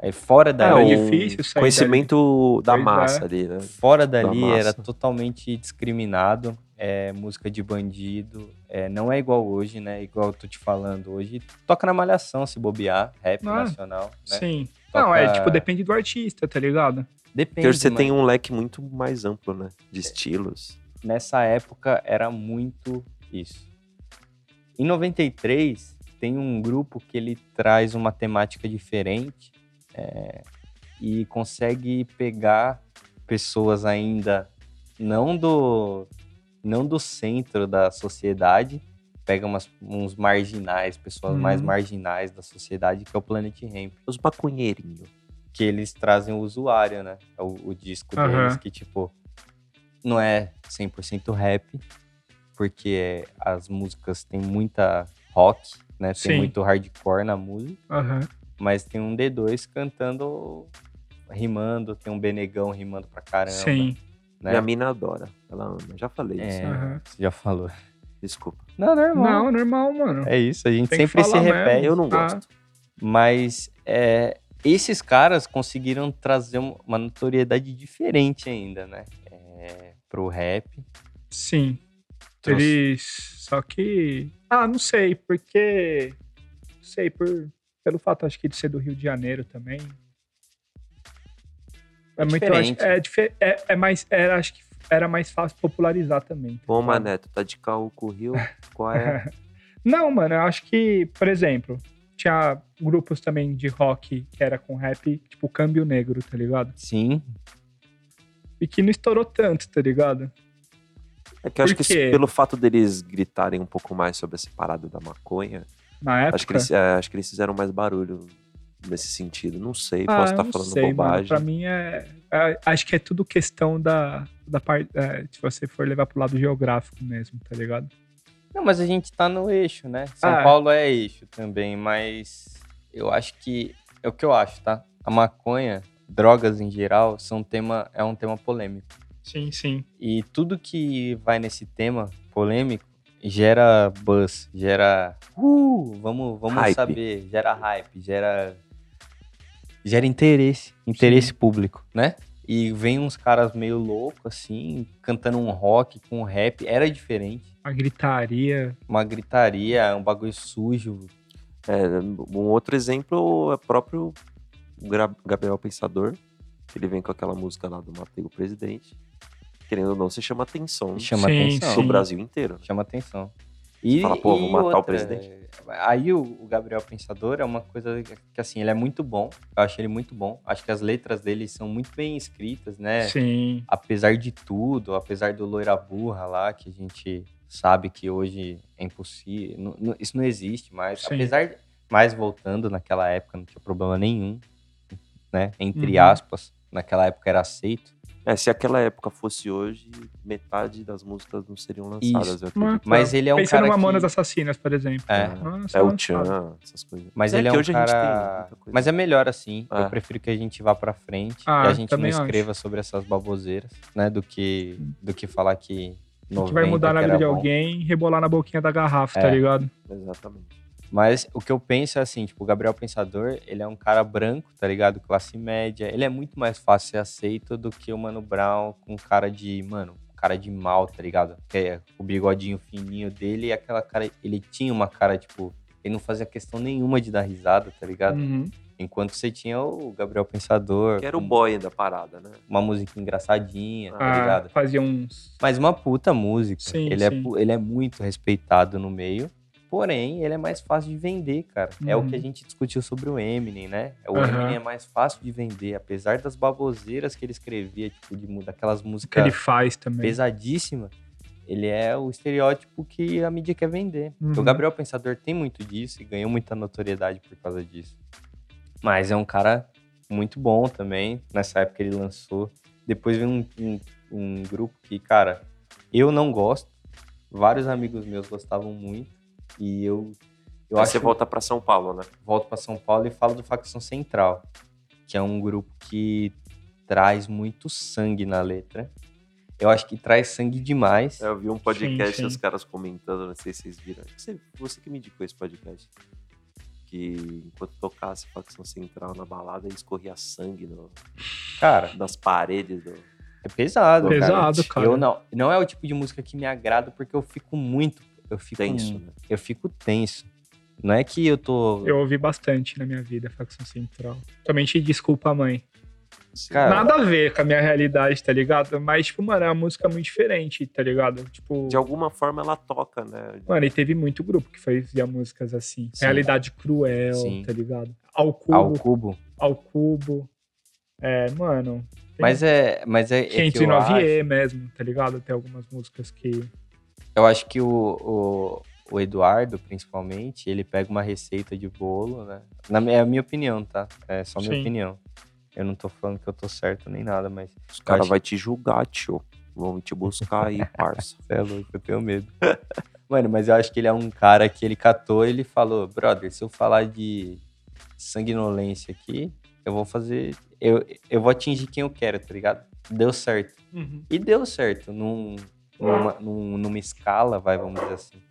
S3: Aí fora
S2: É,
S4: Era
S3: dali,
S2: um
S4: difícil sair
S2: Conhecimento da
S4: Pois é.
S2: massa ali, né?
S3: fora dali
S4: Tá
S2: massa.
S3: era totalmente discriminado. É música de bandido. É, não é igual hoje, né? Igual eu tô te falando. Hoje toca na malhação se bobear, rap
S4: Ah,
S3: nacional. Né?
S4: Sim.
S3: Toca-
S4: Não, é tipo, depende do artista, tá ligado?
S3: Depende.
S2: Porque hoje você
S4: né?
S3: mas
S2: tem um leque muito mais amplo, né? De estilos.
S3: Nessa época era muito isso. Em 93, tem um grupo que ele traz uma temática diferente é, e consegue pegar pessoas ainda não do não do centro da sociedade, pega umas- uns marginais, pessoas
S4: Uhum.
S3: mais marginais da sociedade, que é o Planet Hemp
S2: Os maconheirinhos.
S3: que eles trazem o usuário, né? É O, o disco
S4: Aham.
S3: deles, que, tipo, não é 100% rap, porque as músicas têm muita rock, né? Tem
S4: Sim.
S3: muito hardcore na música,
S4: Aham.
S3: mas tem um D2 cantando, rimando, tem um Benegão rimando pra caramba.
S4: Sim.
S3: Né?
S2: Minha mina adora. Ela ama. Já falei
S3: É,
S2: isso.
S4: Aham.
S3: Você já falou.
S2: Desculpa.
S3: Não, normal.
S4: Não, normal, mano.
S3: Tá É isso, a gente
S4: Tem que
S3: sempre se
S4: falar mesmo.
S3: repete.
S2: Eu não
S4: Ah.
S2: gosto.
S3: Mas é, esses caras conseguiram trazer um- uma notoriedade diferente ainda, né? É, pro rap.
S4: Sim.
S2: Então,
S3: Trouxe-
S4: Eles.
S2: assim
S4: Só que. Ah, não sei, porque. Não sei, por... pelo fato, acho que de ser do Rio de Janeiro também.
S3: É
S4: eu acho-
S3: diferente.
S4: é, dife- é, é mais. É, acho que era mais fácil popularizar também. tá
S2: Bom,
S4: ligado?
S2: Mané, tu tá de carro com o Rio? Qual é?
S4: Não, mano, eu acho que, por exemplo, tinha grupos também de rock que era com rap, tipo Câmbio Negro, tá ligado?
S3: Sim.
S4: E que não estourou tanto, tá ligado?
S2: É que eu acho
S4: Por
S2: que
S4: quê?
S2: se- pelo fato deles gritarem um pouco mais sobre essa parada da maconha,
S4: Na época.
S2: acho que, eles, é, acho que eles fizeram mais barulho nesse sentido. Não sei,
S4: Ah,
S2: posso
S4: eu
S3: tá
S2: estar
S4: não
S2: falando
S4: sei, mano.
S2: bobagem.
S4: Pra mim é, é- Acho que é tudo questão da, da parte. é, se você for levar pro lado geográfico mesmo, tá ligado?
S3: Não, mas a gente tá no eixo, né? São
S4: Ah.
S3: Paulo é eixo também, mas eu acho que é o que eu acho, tá? A maconha, drogas em geral, são tema é um tema polêmico.
S4: Sim, sim.
S3: E tudo que vai nesse tema polêmico gera buzz, gera uh, vamos, vamos
S2: Hype.
S3: saber, gera hype, gera gera interesse, interesse público, né? E vem uns caras meio loucos assim, cantando um rock com um rap, era diferente
S4: A gritaria.
S3: uma gritaria, um bagulho sujo.
S2: É, um outro exemplo é o próprio Gra- Gabriel Pensador, que ele vem com aquela música lá do Matei o Presidente. Querendo ou não, você chama atenção
S3: que Chama
S4: Sim,
S3: atenção.
S2: do
S4: sim.
S2: Brasil inteiro. né?
S3: Chama atenção. E,
S2: fala, pô,
S3: e
S2: vou matar o
S3: outra, é,
S2: presidente.
S3: Aí o, o Gabriel Pensador é uma coisa que, que, assim, ele é muito bom. Eu acho ele muito bom. Acho que as letras dele são muito bem escritas, né?
S4: Sim.
S3: Apesar de tudo, apesar do loira burra lá, que a gente sabe que hoje é impossível. não- não- isso não existe mais.
S4: Sim.
S3: Apesar de. Mas voltando, naquela época não tinha problema nenhum, né? Entre
S4: Uhum.
S3: aspas. Naquela época era aceito.
S2: É, se aquela época fosse hoje, metade das músicas não seriam lançadas,
S3: Isso.
S2: eu acredito.
S3: Mas ele é um
S4: Pensando
S3: cara
S4: em Mamonas
S3: que...
S4: Assassinas, por exemplo.
S3: É.
S4: Nossa,
S2: É o
S4: lançado.
S2: Tchan, essas coisas.
S3: Mas ele é
S2: que
S3: um
S2: hoje
S3: cara...
S2: a gente tem muita coisa.
S3: Mas é melhor assim.
S2: É.
S3: Eu prefiro que a gente vá pra frente e
S4: Ah,
S3: a gente não
S4: também acho.
S3: escreva sobre essas baboseiras, né? Do que, do que falar que.
S4: O
S3: 90
S4: que vai mudar na
S3: que
S4: vida
S3: era
S4: de
S3: bom.
S4: alguém e rebolar na boquinha da garrafa, tá
S3: É.
S4: ligado?
S2: Exatamente.
S3: Mas o que eu penso é assim, tipo, o Gabriel Pensador, ele é um cara branco, tá ligado? Classe média. Ele é muito mais fácil ser aceito do que o Mano Brown com cara de, mano, cara de mal, tá ligado? Que é o bigodinho fininho dele e aquela cara. Ele tinha uma cara, tipo, ele não fazia questão nenhuma de dar risada, tá ligado?
S4: Uhum.
S3: Enquanto você tinha o Gabriel Pensador.
S2: Que era o
S3: com-
S2: boy da parada, né?
S3: uma musiquinha engraçadinha, tá
S4: Ah,
S3: ligado?
S4: fazia uns.
S3: Mas uma puta música.
S4: Sim,
S3: ele, É,
S4: sim.
S3: pu- ele é muito respeitado no meio. Porém, ele é mais fácil de vender, cara. É o
S4: Uhum.
S3: que a gente discutiu sobre o Eminem, né? O
S4: Aham.
S3: Eminem é mais fácil de vender, apesar das baboseiras que ele escrevia, tipo, de mu- daquelas
S4: que ele
S3: músicas
S4: faz também.
S3: pesadíssimas. Ele é o estereótipo que a mídia quer vender.
S4: Uhum.
S3: O Gabriel Pensador tem muito disso e ganhou muita notoriedade por causa disso. Mas é um cara muito bom também. Nessa época ele lançou. Depois veio um, um- um grupo que, cara, eu não gosto. Vários amigos meus gostavam muito. E eu, eu
S2: Aí
S3: acho
S2: você volta pra São Paulo, né?
S3: volto para São Paulo e falo do Facção Central, que é um grupo que traz muito sangue na letra. Eu acho que traz sangue demais.
S2: Eu vi um podcast
S4: Sim, sim.
S2: os caras comentando, não sei se vocês viram. Você, você que me indicou esse podcast. Que enquanto tocasse facção central na balada, escorria sangue no-
S3: Cara,
S2: nas paredes. do-
S3: é pesado. cara.
S4: Pesado, cara.
S3: Eu não, não é o tipo de música que me agrada porque eu fico muito, eu fico
S2: Tenso, né?
S3: eu fico tenso. Não é que eu tô,
S4: Eu ouvi bastante na minha vida, Facção Central. Somente Desculpa Mãe.
S2: Sim.
S3: Cara,
S4: Nada a ver com a minha realidade, tá ligado? Mas, tipo, mano, é uma música muito diferente, tá ligado? Tipo,
S2: De alguma forma ela toca, né?
S4: mano, e teve muito grupo que fazia músicas assim.
S3: Sim.
S4: Realidade Cruel,
S3: Sim.
S4: tá ligado? Ao Cubo,
S3: ao
S4: ao,
S3: cubo.
S4: Cubo. É, mano. tem
S3: Mas é, mas é, é que eu acho,
S4: 509E mesmo, tá ligado? Tem algumas músicas que.
S3: eu acho que o, o, o Eduardo, principalmente, ele pega uma receita de bolo, né? Na, mi- é a minha opinião, tá? É só a minha
S4: Sim.
S3: opinião. Eu não tô falando que eu tô certo nem nada, mas
S2: Os caras
S3: acho-
S2: vão te julgar, tio. Vão te buscar aí, parça.
S3: Você é louco, eu tenho medo. Mano, mas eu acho que ele é um cara que ele catou ele falou, brother, se eu falar de sanguinolência aqui, eu vou fazer. Eu, eu vou atingir quem eu quero, tá ligado? Deu certo. E deu certo, num, numa, num- numa escala, vai, vamos dizer assim.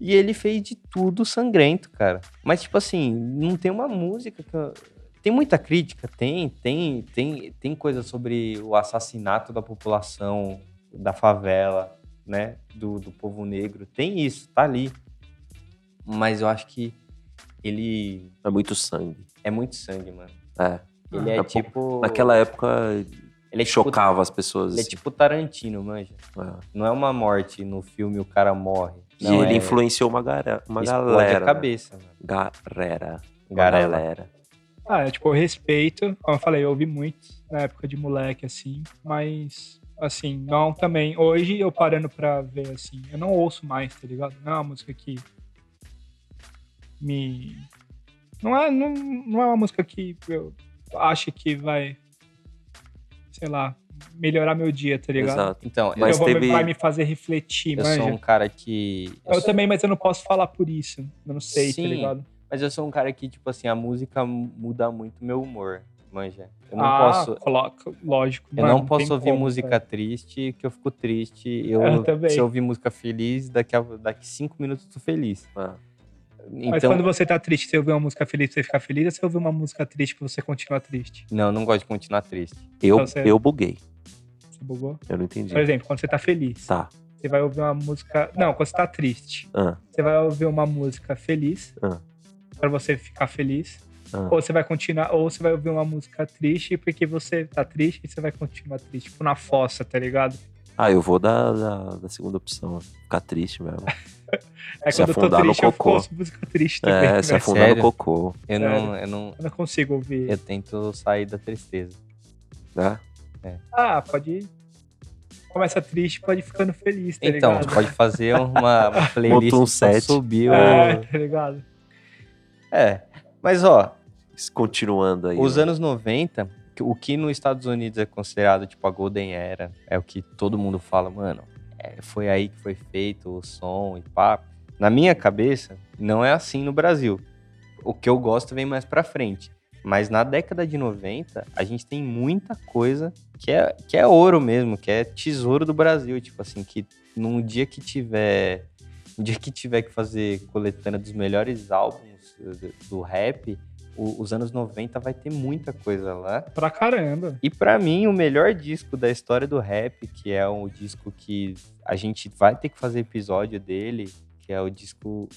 S3: E ele fez de tudo sangrento, cara. Mas, tipo assim, não tem uma música que eu... Tem muita crítica, tem, tem, tem, tem coisa sobre o assassinato da população, da favela, né? Do, do povo negro. Tem isso, tá ali. Mas eu acho que ele
S2: É muito sangue.
S3: é muito sangue, mano.
S2: É.
S3: Ele
S2: Ah,
S3: é
S2: pô,
S3: tipo.
S2: Naquela época
S3: ele é tipo-
S2: chocava as pessoas.
S3: Ele é
S2: assim.
S3: tipo Tarantino, manja.
S2: É.
S3: Não é uma morte no filme o cara morre.
S2: e
S3: Não,
S2: ele
S3: é-
S2: influenciou uma, gara, uma
S3: Explode
S2: galera.
S3: a
S2: né?
S3: cabeça, mano.
S2: Galera. Uma
S3: Garela.
S2: galera.
S4: Ah, é, tipo, eu respeito. Como eu falei, eu ouvi muito na época de moleque, assim. Mas, assim, não também. Hoje eu parando pra ver, assim, eu não ouço mais, tá ligado? Não é uma música que me. Não é, não, não é uma música que eu acho que vai, sei lá, melhorar meu dia, tá ligado?
S2: Exato.
S3: Então, eu-
S2: Mas
S4: eu vou, me-
S2: teve-
S4: Vai me fazer refletir,
S3: eu,
S4: manja.
S3: sou um cara que. eu
S4: Eu
S3: sou-
S4: também, mas eu não posso falar por isso. Eu não sei,
S3: Sim.
S4: tá ligado?
S3: Mas eu sou um cara que, tipo assim, a música muda muito meu humor, manja. Eu não
S4: ah,
S3: posso.
S4: Coloca, lógico.
S3: Eu
S4: mano,
S3: não posso
S4: tem
S3: ouvir
S4: como,
S3: música
S4: velho.
S3: triste, que eu fico triste. Eu,
S4: Eu também.
S3: se eu ouvir música feliz, daqui a daqui cinco minutos eu tô feliz.
S2: Ah,
S4: Mas
S3: Então,
S4: quando você tá triste, você ouve uma música feliz, você fica feliz, ou você ouve uma música triste que você continua triste?
S3: não, eu não gosto de continuar triste.
S2: Eu,
S4: Tá certo.
S2: eu buguei.
S4: Você bugou?
S2: Eu não entendi.
S4: Por exemplo, quando você tá feliz,
S2: Tá.
S4: você vai ouvir uma música. Não, quando você tá triste,
S2: Ah,
S4: você vai ouvir uma música feliz
S2: Ah.
S4: pra você ficar feliz.
S2: Ah.
S4: Ou você vai continuar, ou você vai ouvir uma música triste porque você tá triste e você vai continuar triste, tipo na fossa, tá ligado?
S2: ah eu vou da, da, da segunda opção. Ficar triste mesmo.
S4: É
S2: Se
S4: quando eu tô
S2: afundar no
S4: triste, eu fico
S2: cocô.
S4: ouço música triste também.
S2: É, se
S4: velho.
S2: afundar É.
S3: Sério?
S2: no cocô.
S3: Eu
S4: Sério?
S3: não, eu não.
S4: Eu não consigo ouvir.
S3: Eu tento sair da tristeza.
S2: Né?
S4: Ah, pode ir. Começa triste, pode ir ficando feliz, tá
S3: Então,
S4: ligado?
S3: pode fazer uma, uma playlist
S2: Monta um
S3: que só
S2: set.
S3: subir
S4: É,
S3: o-
S4: tá ligado?
S3: É. Mas ó,
S2: Continuando aí.
S3: Os
S2: né?
S3: anos 90, que- o que nos Estados Unidos é considerado tipo a Golden Era, é o que todo mundo fala, mano, é, foi aí que foi feito o som e pá. Na minha cabeça, não é assim no Brasil. O que eu gosto vem mais pra frente. Mas na década de 90, a gente tem muita coisa que é, que é ouro mesmo, que é tesouro do Brasil. Tipo assim, que num dia que tiver. Um dia que tiver que fazer coletânea dos melhores álbuns eh, do- do rap, o- os anos 90 vai ter muita coisa lá.
S4: Pra caramba.
S3: E pra mim, o melhor disco da história do rap, que é um disco que a gente vai ter que fazer episódio dele, que é o disco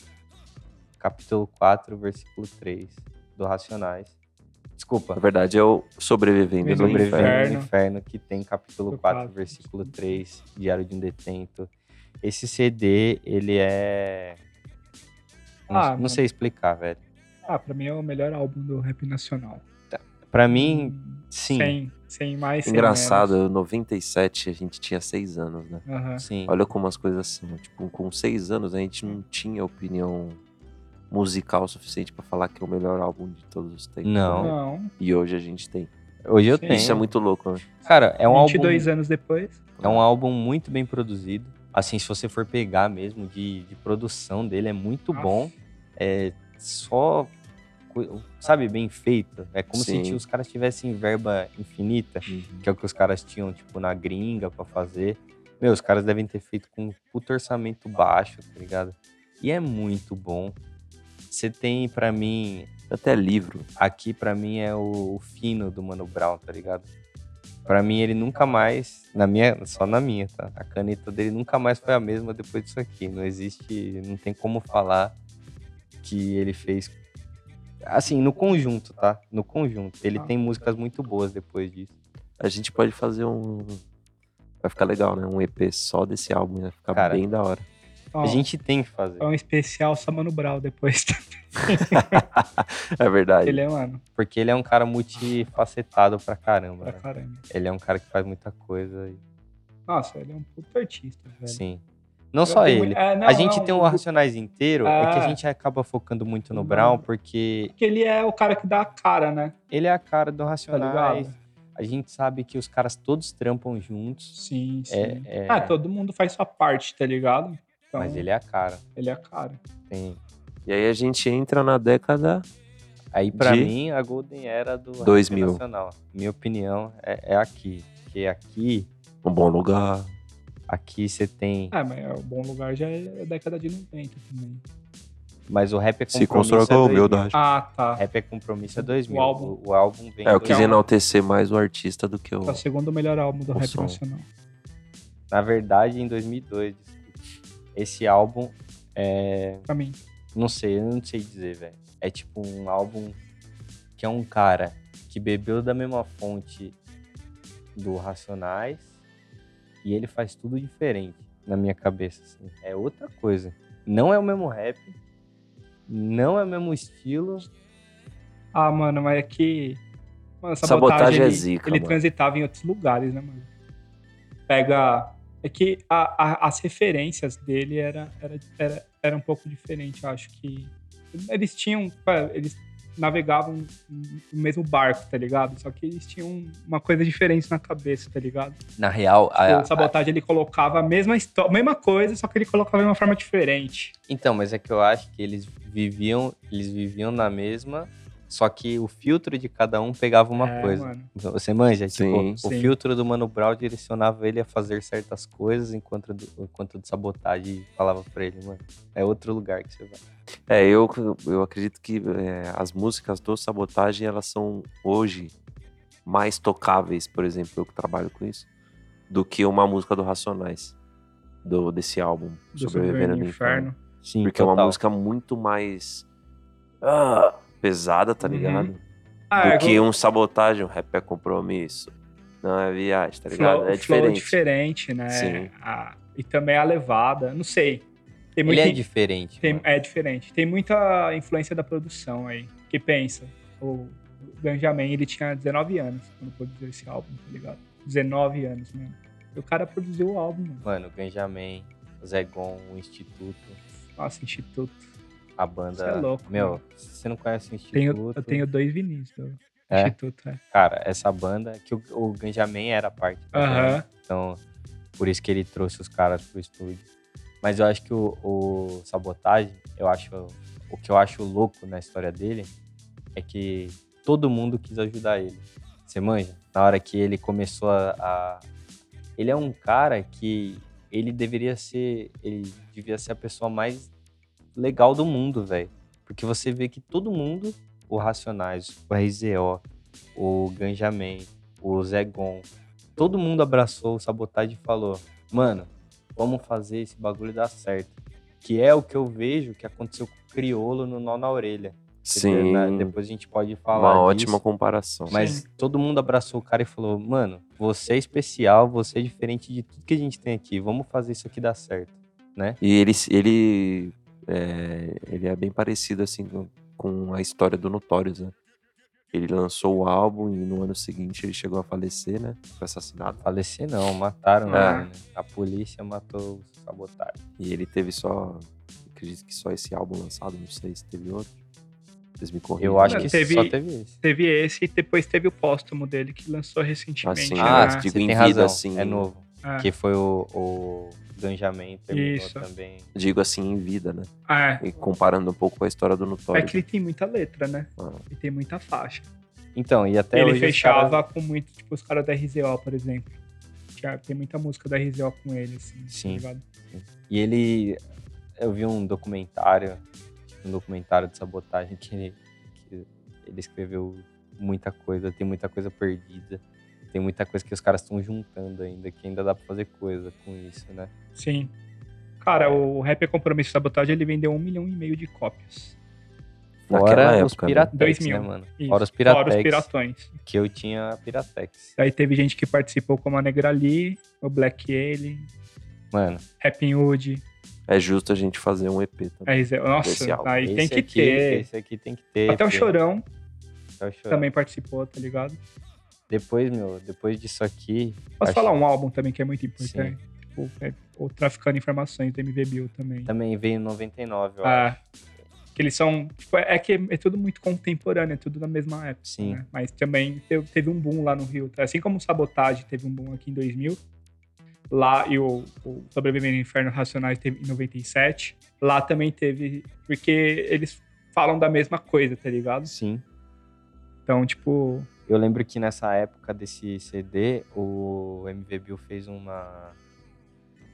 S3: capítulo 4, versículo 3 do Racionais. Desculpa.
S2: Na verdade, é o sobrevivendo no
S4: Sobrevivendo.
S2: inferno.
S3: Sobrevivendo
S4: Inferno.
S3: no Inferno, que tem capítulo
S4: Capítulo
S3: 4,
S4: quatro.
S3: versículo 3, Diário de um Detento. Esse CD, ele é. Não,
S4: Ah,
S3: não
S4: mano.
S3: sei explicar, velho.
S4: Ah, pra mim é o melhor álbum do rap nacional. Hum,
S3: Pra mim, sim.
S4: Sem, sem mais, sem
S2: Engraçado, em 97 a gente tinha seis anos, né?
S4: menos. Aham.
S3: Sim.
S2: Olha como as coisas são. Tipo, com seis anos a gente não tinha opinião musical suficiente pra falar que é o melhor álbum de todos os tempos.
S3: Não.
S2: né?
S4: Não,
S2: E hoje a gente tem.
S3: Hoje eu
S4: Sim.
S3: tenho.
S2: Isso é muito louco, né?
S3: Cara, é um álbum.
S4: 22 anos depois.
S3: É um álbum muito bem produzido. Assim, se você for pegar mesmo de, de produção dele, é muito
S4: Nossa.
S3: bom. É só, co- sabe, bem feito. É como
S2: Sim.
S3: se ti- os caras tivessem verba infinita, que é o que os caras tinham, tipo, na gringa pra fazer. Meu, os caras devem ter feito com um puto orçamento baixo, tá ligado? E é muito bom. Você tem, pra mim,
S2: Até livro.
S3: aqui pra mim é o, o fino do Mano Brown, tá ligado? Pra mim ele nunca mais, na minha, só na minha, tá? A caneta dele nunca mais foi a mesma depois disso aqui. Não existe, não tem como falar que ele fez assim, no conjunto, tá? No conjunto. Ele tem músicas muito boas depois disso.
S2: A gente pode fazer um. Vai ficar legal, né? Um EP só desse álbum. Vai ficar
S3: Cara.
S2: bem da hora.
S4: Ó,
S3: A gente tem que fazer,
S4: É um especial só Mano Brown depois.
S2: É verdade.
S4: Ele é, mano,
S3: porque ele é um cara multifacetado pra caramba,
S4: pra
S3: né?
S4: caramba.
S3: Ele é um cara que faz muita coisa, e-
S4: Nossa, ele é um puto artista, velho.
S3: sim. Não só
S4: Eu tenho-
S3: ele.
S4: é, não,
S3: a gente
S4: não, Uhum.
S3: tem um o
S4: o-
S3: Racionais inteiro, é que a
S4: Ah.
S3: gente acaba focando muito no
S4: Não.
S3: Brown, porque
S4: Porque ele é o cara que dá a cara, né?
S3: ele é a cara do
S4: Tá
S3: Racionais.
S4: ligado?
S3: a gente sabe que os caras todos trampam juntos.
S4: Sim, sim.
S3: É, é,
S4: Ah, todo mundo faz sua parte, tá ligado? Então,
S3: Mas ele é a cara.
S4: ele é a cara.
S3: Tem.
S2: E aí a gente entra na década.
S3: Aí, pra
S2: De-
S3: mim, a Golden Era do
S2: 2000.
S3: rap nacional. Minha opinião é, é aqui. Porque aqui,
S2: Um bom lugar.
S3: aqui você tem.
S4: Ah, mas é, o bom lugar já é década de 90 também.
S3: Mas o rap é compromisso.
S2: Se constrói com a
S3: é 2000.
S2: humildade.
S4: Ah, tá.
S3: Rap é compromisso é 2000.
S4: O álbum.
S3: O, o álbum vem.
S2: É, eu
S3: do-
S2: quis enaltecer mais o artista do que o.
S3: Tá
S4: É o segundo melhor álbum do
S2: Tipo, O
S4: rap
S2: som.
S4: nacional.
S3: Na verdade, em 2002. desculpa. Esse álbum é.
S4: Pra mim.
S3: Não sei, eu não sei dizer, velho. É tipo um álbum que é um cara que bebeu da mesma fonte do Racionais e ele faz tudo diferente na minha cabeça, assim. É outra coisa. Não é o mesmo rap. Não é o mesmo estilo.
S4: Ah, mano, mas é que. Mano,
S2: Sabotagem é
S4: ele,
S2: zica,
S4: Ele
S2: mano.
S4: transitava em outros lugares, né, mano? Pega. É que a- a- as referências dele era, era, era, era um pouco diferente, eu acho que. Eles tinham. pá, Eles navegavam no mesmo barco, tá ligado? Só que eles tinham uma coisa diferente na cabeça, tá ligado?
S3: Na real,
S2: Ah,
S3: a-
S2: é.
S4: o Sabotagem ele colocava a mesma, histó- mesma coisa, só que ele colocava de uma forma diferente.
S3: Então, mas é que eu acho que eles viviam, eles viviam na mesma, só que o filtro de cada um pegava uma
S4: É,
S3: coisa.
S4: mano.
S3: Você manja?
S2: Sim.
S3: Tipo,
S4: Sim.
S3: o filtro do Mano Brown direcionava ele a fazer certas coisas, enquanto do, enquanto o de sabotagem falava pra ele, mano. É outro lugar que você vai.
S2: É, eu, eu acredito que é, as músicas do Sabotagem, elas são hoje mais tocáveis, por exemplo, eu que trabalho com isso, do que uma música do Racionais, do, desse álbum,
S4: Do Sobrevivendo no Inferno.
S3: Sim,
S2: Porque é uma música muito mais ah, pesada, tá
S4: Uhum.
S2: ligado?
S4: Ah, é,
S2: do que um sabotagem, um rap é compromisso. Não é viagem, tá ligado?
S4: flow,
S2: é
S4: flow
S2: diferente.
S4: diferente, né?
S2: Sim.
S4: A- e também a levada, não sei. Tem
S3: Ele
S4: muita,
S3: é diferente.
S4: tem-
S3: mano.
S4: é diferente. Tem muita influência da produção aí. Que pensa, o Benjamin, ele tinha 19 anos quando produziu esse álbum, tá ligado? 19 anos, mano. E o cara produziu o álbum, mano.
S3: Mano, Benjamin, Zé Gon, o Instituto,
S4: Nossa, Instituto.
S3: a banda.
S4: Você é louco,
S3: Meu,
S4: mano.
S3: se você não conhece o Instituto.
S4: Tenho, eu tenho dois vinis do
S3: É?
S4: Instituto, é.
S3: Cara, essa banda, que o, o Benjamin era parte tá da banda.
S4: Aham.
S3: Então, por isso que ele trouxe os caras pro estúdio. Mas eu acho que o, o Sabotagem, eu acho, o que eu acho louco na história dele é que todo mundo quis ajudar ele. Você manja? Na hora que ele começou a, a- Ele é um cara que ele deveria ser... Ele devia ser a pessoa mais legal do mundo, velho. Porque você vê que todo mundo, o Racionais, o RZO, o Ganjamin, o Zé Gon, todo mundo abraçou o sabotagem e falou: Mano, vamos fazer esse bagulho dar certo. Que é o que eu vejo que aconteceu com o Criolo no Nó na Orelha.
S2: Sim,
S3: Né? Depois a gente pode falar.
S2: uma
S3: disso.
S2: ótima comparação.
S3: Mas
S4: Sim.
S3: todo mundo abraçou o cara e falou: Mano, você é especial, você é diferente de tudo que a gente tem aqui. Vamos fazer isso aqui dar certo.
S2: E ele, ele, é, ele é bem parecido assim com- com a história do Notorious, né? Ele lançou o álbum e no ano seguinte ele chegou a falecer, né? Foi assassinado.
S3: Falecer não,
S2: É.
S3: mataram
S4: Ah.
S3: ele, né? A polícia matou o sabotagem.
S2: E ele teve só, acredito que só esse álbum lançado, não sei se teve outro. Vocês me corrigem.
S3: Eu acho
S4: Não,
S3: que
S4: teve-
S3: só teve esse.
S4: Teve esse e depois teve o póstumo dele que lançou recentemente.
S2: Assim,
S4: né?
S2: ah,
S3: você
S2: digo
S3: tem
S2: em vida,
S3: razão.
S2: assim,
S3: É novo.
S4: Ah,
S3: Que foi o, o Benjamin terminou
S4: Isso.
S3: também.
S2: Digo assim em vida, né?
S4: ah, é.
S2: E comparando um pouco com a história do
S4: É
S2: Notorious.
S4: que ele tem muita letra, né?
S2: Ah.
S4: Ele tem muita faixa.
S3: Então, e até
S4: ele
S3: hoje os
S4: fechava
S3: caras-
S4: com muito, tipo, os caras da RZO, por exemplo. Tinha- Tem muita música da RZO com ele, assim. tá
S3: Sim.
S4: ligado?
S3: E ele. Eu vi um documentário, um documentário de sabotagem que ele, que ele escreveu muita coisa, tem muita coisa perdida, tem muita coisa que os caras estão juntando ainda, que ainda dá pra fazer coisa com isso, né?
S4: Sim. Cara, o Rap é Compromisso e Sabotagem, ele vendeu um milhão e meio de cópias.
S2: Naquela
S3: Fora os
S2: época, né?
S3: piratex,
S4: 2000.
S3: né, mano?
S4: Isso.
S3: Fora os piratex,
S4: Fora os piratões.
S3: que eu tinha piratex.
S4: Aí teve gente que participou como a Negra Lee, o Black Alien,
S3: Mano,
S4: Rapping Hood,
S2: É justo a gente fazer um EP também.
S4: RZO.
S2: Esse
S4: Nossa,
S2: álbum,
S4: aí tem
S3: esse
S4: que
S3: aqui-
S4: ter.
S3: Esse aqui é tem que ter.
S4: Até o
S3: porque-
S4: Chorão
S3: até o Chorão.
S4: também participou, tá ligado?
S3: Depois, meu, depois disso aqui...
S4: Posso
S3: acho-
S4: falar um álbum também que é muito importante? Tipo, é, o Traficando Informações do MV Bill também.
S3: Também veio em 99, eu acho.
S4: Ah, que eles são. Tipo, é é que é tudo muito contemporâneo, é tudo na mesma época.
S3: Sim.
S4: né? Mas também te- teve um boom lá no Rio. Assim como o Sabotagem teve um boom aqui em 2000, lá e o, o Sobrevivendo ao Inferno Racionais teve em 97, lá também teve. Porque eles falam da mesma coisa, tá ligado?
S3: Sim.
S4: Então, tipo.
S3: Eu lembro que nessa época desse CD, o MV Bill fez uma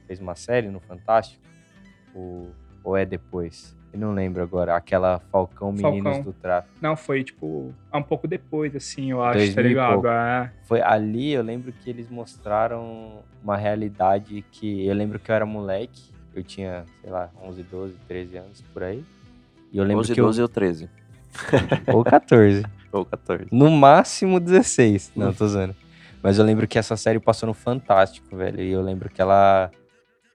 S3: fez uma série no Fantástico, ou, ou é depois? Eu não lembro agora, aquela Falcão Meninos
S4: Falcão.
S3: do Tráfico.
S4: Não, foi, tipo, um pouco depois, assim, eu acho,
S3: 2000
S4: tá
S3: e
S4: ligado?
S3: pouco.
S4: É.
S3: Foi ali, eu lembro que eles mostraram uma realidade que eu lembro que eu era moleque, eu tinha, sei lá, 11, 12, 13 anos por aí. E É, eu lembro
S2: 11,
S3: que eu
S2: 12 ou 13.
S3: ou 14.
S2: Ou 14.
S3: No máximo 16. Não, tô zoando. Mas eu lembro que essa série passou no Fantástico, velho. E eu lembro que ela.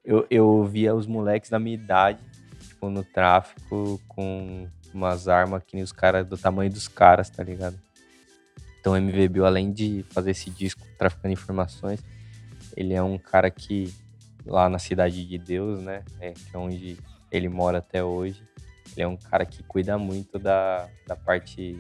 S3: Eu, eu via os moleques da minha idade, tipo, no tráfico com umas armas que nem os caras, do tamanho dos caras, tá ligado? Então o MV Bill, além de fazer esse disco traficando informações, ele é um cara que, lá na Cidade de Deus, né, é, que é onde ele mora até hoje, ele é um cara que cuida muito da, da parte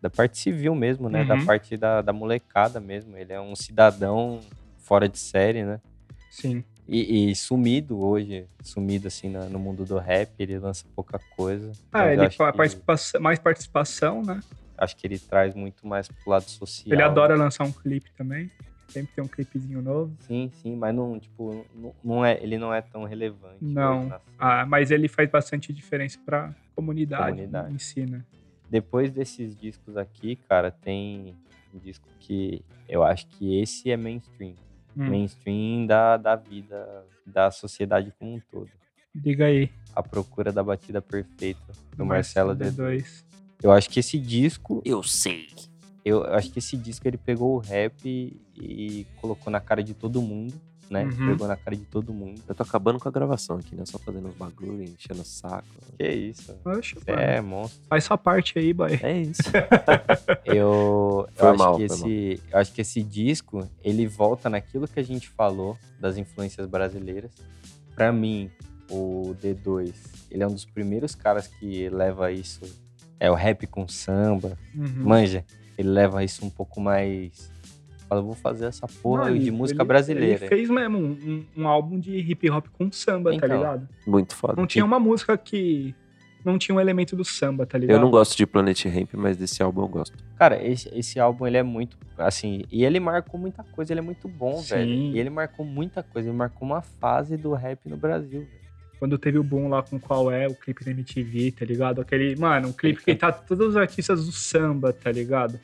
S3: da parte civil mesmo, né, da
S4: Uhum.
S3: parte da, da molecada mesmo. Ele é um cidadão fora de série, né?
S4: Sim.
S3: E, e sumido hoje, sumido assim na- no mundo do rap, ele lança pouca coisa. mas
S4: Ah,
S3: eu
S4: ele
S3: acho
S4: fa-
S3: que-
S4: participa- mais participação, né?
S3: acho que ele traz muito mais pro lado social. né.
S4: Ele adora lançar um clipe também. Sempre tem um clipezinho novo.
S3: Sim, sim, mas não, tipo, não, não é, ele não é tão relevante.
S4: Não.
S3: hoje na cena.
S4: Ah, mas ele faz bastante diferença pra comunidade,
S3: Comunidade.
S4: em si, né?
S3: Depois desses discos aqui, cara, tem um disco que eu acho que esse é mainstream.
S4: Hum,
S3: Mainstream da, da vida, da sociedade como um todo.
S4: diga aí.
S3: A procura da batida perfeita do Marcelo D.
S4: D2.
S3: Eu acho que esse disco
S2: Eu sei.
S3: eu acho que esse disco ele pegou o rap e colocou na cara de todo mundo, né?
S4: Uhum.
S3: Pegou na cara de todo mundo.
S2: Eu tô acabando com a gravação aqui, né? Só fazendo os bagulho, enchendo o saco.
S3: Que isso?
S4: Poxa,
S3: Você
S4: mano.
S3: é monstro.
S4: Faz sua parte aí, boy.
S2: É isso.
S3: Eu, eu
S2: Foi
S3: acho
S2: mal,
S3: que
S2: foi
S3: esse, eu acho que esse disco ele volta naquilo que a gente falou das influências brasileiras. Pra mim, o D2, ele é um dos primeiros caras que leva isso, é o rap com samba,
S4: Uhum.
S3: manja. Ele leva isso um pouco mais Fala, eu vou fazer essa porra
S4: Não,
S3: de
S4: ele-
S3: música
S4: ele-
S3: brasileira.
S4: Ele fez mesmo um, um- um álbum de hip hop com samba,
S3: Então.
S4: tá ligado?
S2: Muito foda.
S4: Não tinha uma música que não tinha um elemento do samba, tá ligado?
S2: Eu não gosto de Planet Ramp, mas desse álbum eu gosto.
S3: Cara, esse, esse álbum ele é muito, assim, e ele marcou muita coisa, ele é muito bom,
S4: Sim.
S3: velho. E ele marcou muita coisa, ele marcou uma fase do rap no Brasil. velho.
S4: Quando teve o boom lá com qual é o clipe da MTV, tá ligado? Aquele, mano, um clipe
S3: Aquele
S4: que tá todos os artistas do samba, tá ligado?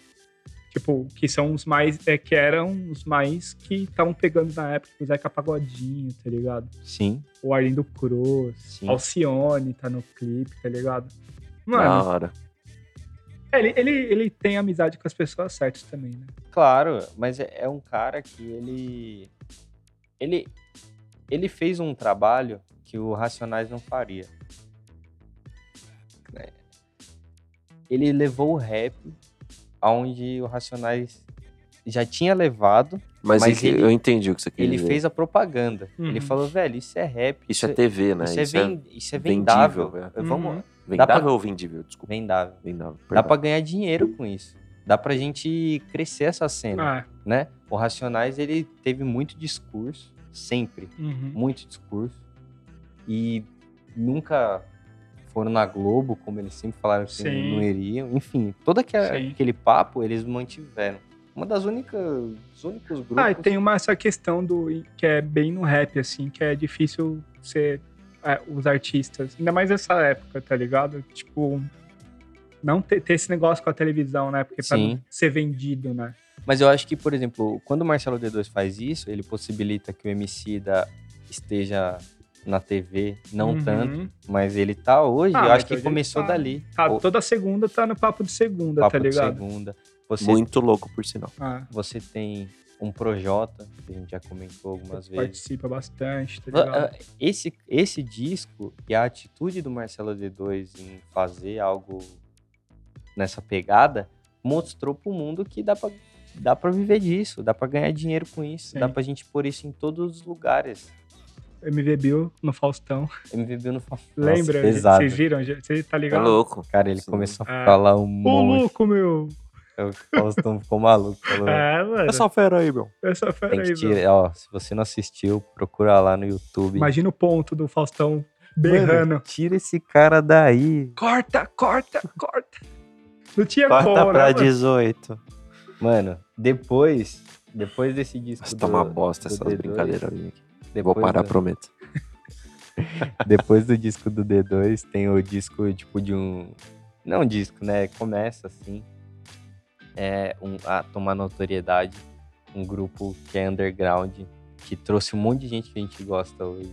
S4: Tipo, que são os mais. É, que eram os mais que estavam pegando na época, tipo, Zeca Pagodinho, tá ligado?
S3: Sim,
S4: O Arlindo Cruz,
S3: sim.
S4: Alcione tá no clipe, tá ligado?
S2: Na
S4: Mano,
S2: hora.
S4: ele, ele, ele tem amizade com as pessoas certas também, né?
S3: Claro, mas é, é um cara que ele, ele, ele fez um trabalho que o Racionais não faria. É. Ele levou o rap aonde o Racionais já tinha levado,
S2: Mas,
S3: Mas
S2: é que
S3: ele-
S2: eu entendi o que você quer
S3: Ele
S2: dizer.
S3: fez a propaganda.
S4: Uhum.
S3: Ele falou, velho, isso é rap.
S2: Isso é TV, né?
S3: isso, é, ven- isso é
S2: vendível,
S3: vendável.
S2: é.
S3: Vamos,
S4: Uhum.
S2: vendável
S3: pra-
S2: ou vendível? Desculpa.
S3: Vendável.
S2: Vendável.
S3: Dá
S2: perdão.
S3: pra ganhar dinheiro com isso. Dá pra gente crescer essa cena,
S4: Ah,
S3: né? O Racionais, ele teve muito discurso, sempre.
S4: uhum.
S3: Muito discurso. E nunca foram na Globo, como eles sempre falaram que
S4: Sim.
S3: não iriam. Enfim, todo aque-
S4: Sim.
S3: aquele papo, eles mantiveram. Uma das únicas, dos únicos grupos...
S4: Ah, e tem uma essa questão do que é bem no rap, assim, que é difícil ser é, os artistas, ainda mais nessa época, tá ligado? Tipo, não ter, ter esse negócio com a televisão, né? Porque pra
S3: Sim.
S4: não ser vendido, né?
S3: Mas eu acho que, por exemplo, quando o Marcelo D2 faz isso, ele possibilita que o MC da esteja na TV, não
S4: Uhum.
S3: tanto, mas ele tá hoje.
S4: Ah,
S3: eu
S4: mas
S3: acho que
S4: hoje ele
S3: começou
S4: tá.
S3: dali.
S4: Tá,
S3: o
S4: toda segunda tá no papo de segunda,
S3: papo
S4: tá
S3: de
S4: ligado?
S3: segunda. Você,
S2: Muito louco, por sinal.
S4: Ah,
S3: você tem um Projota, que a gente já comentou algumas vezes.
S4: participa bastante, tá
S3: Va-
S4: ligado?
S3: ah, Esse, esse disco e a atitude do Marcelo D2 em fazer algo nessa pegada mostrou pro mundo que dá pra, dá pra viver disso, dá pra ganhar dinheiro com isso,
S4: Sim.
S3: dá pra gente pôr isso em todos os lugares. é.
S4: MV Bill no Faustão.
S3: MVB no Fafá.
S4: Lembra?
S3: Pesado.
S4: Vocês viram? Você tá
S2: É
S4: ligado?
S2: louco.
S3: Cara, ele
S2: Sim.
S3: começou a
S4: É.
S3: falar um
S4: Ô,
S3: monte.
S4: louco, meu!
S3: O Faustão ficou maluco. falou,
S4: É, mano. Essa,
S2: Essa fera aí, meu.
S4: fera
S3: Tem que
S4: aí, velho.
S3: tirar. Ó, se você não assistiu, procura lá no YouTube.
S4: Imagina o ponto do Faustão berrando.
S3: Mano, tira esse cara daí.
S4: Corta, corta, corta. Não tinha
S2: Corta
S4: como,
S2: pra
S4: né, mano?
S2: 18.
S3: Mano, depois. Depois desse disco.
S2: Nossa,
S3: do-
S2: tá uma bosta
S3: do
S2: essas
S3: D2,
S2: brincadeiras minhas aqui. Vou
S3: Depois,
S2: parar,
S3: do,
S2: prometo.
S3: depois do disco do D2, tem o disco, tipo, de um. Não um disco, né? Começa assim. É um, a tomar notoriedade. Um grupo que é underground, que trouxe um monte de gente que a gente gosta hoje.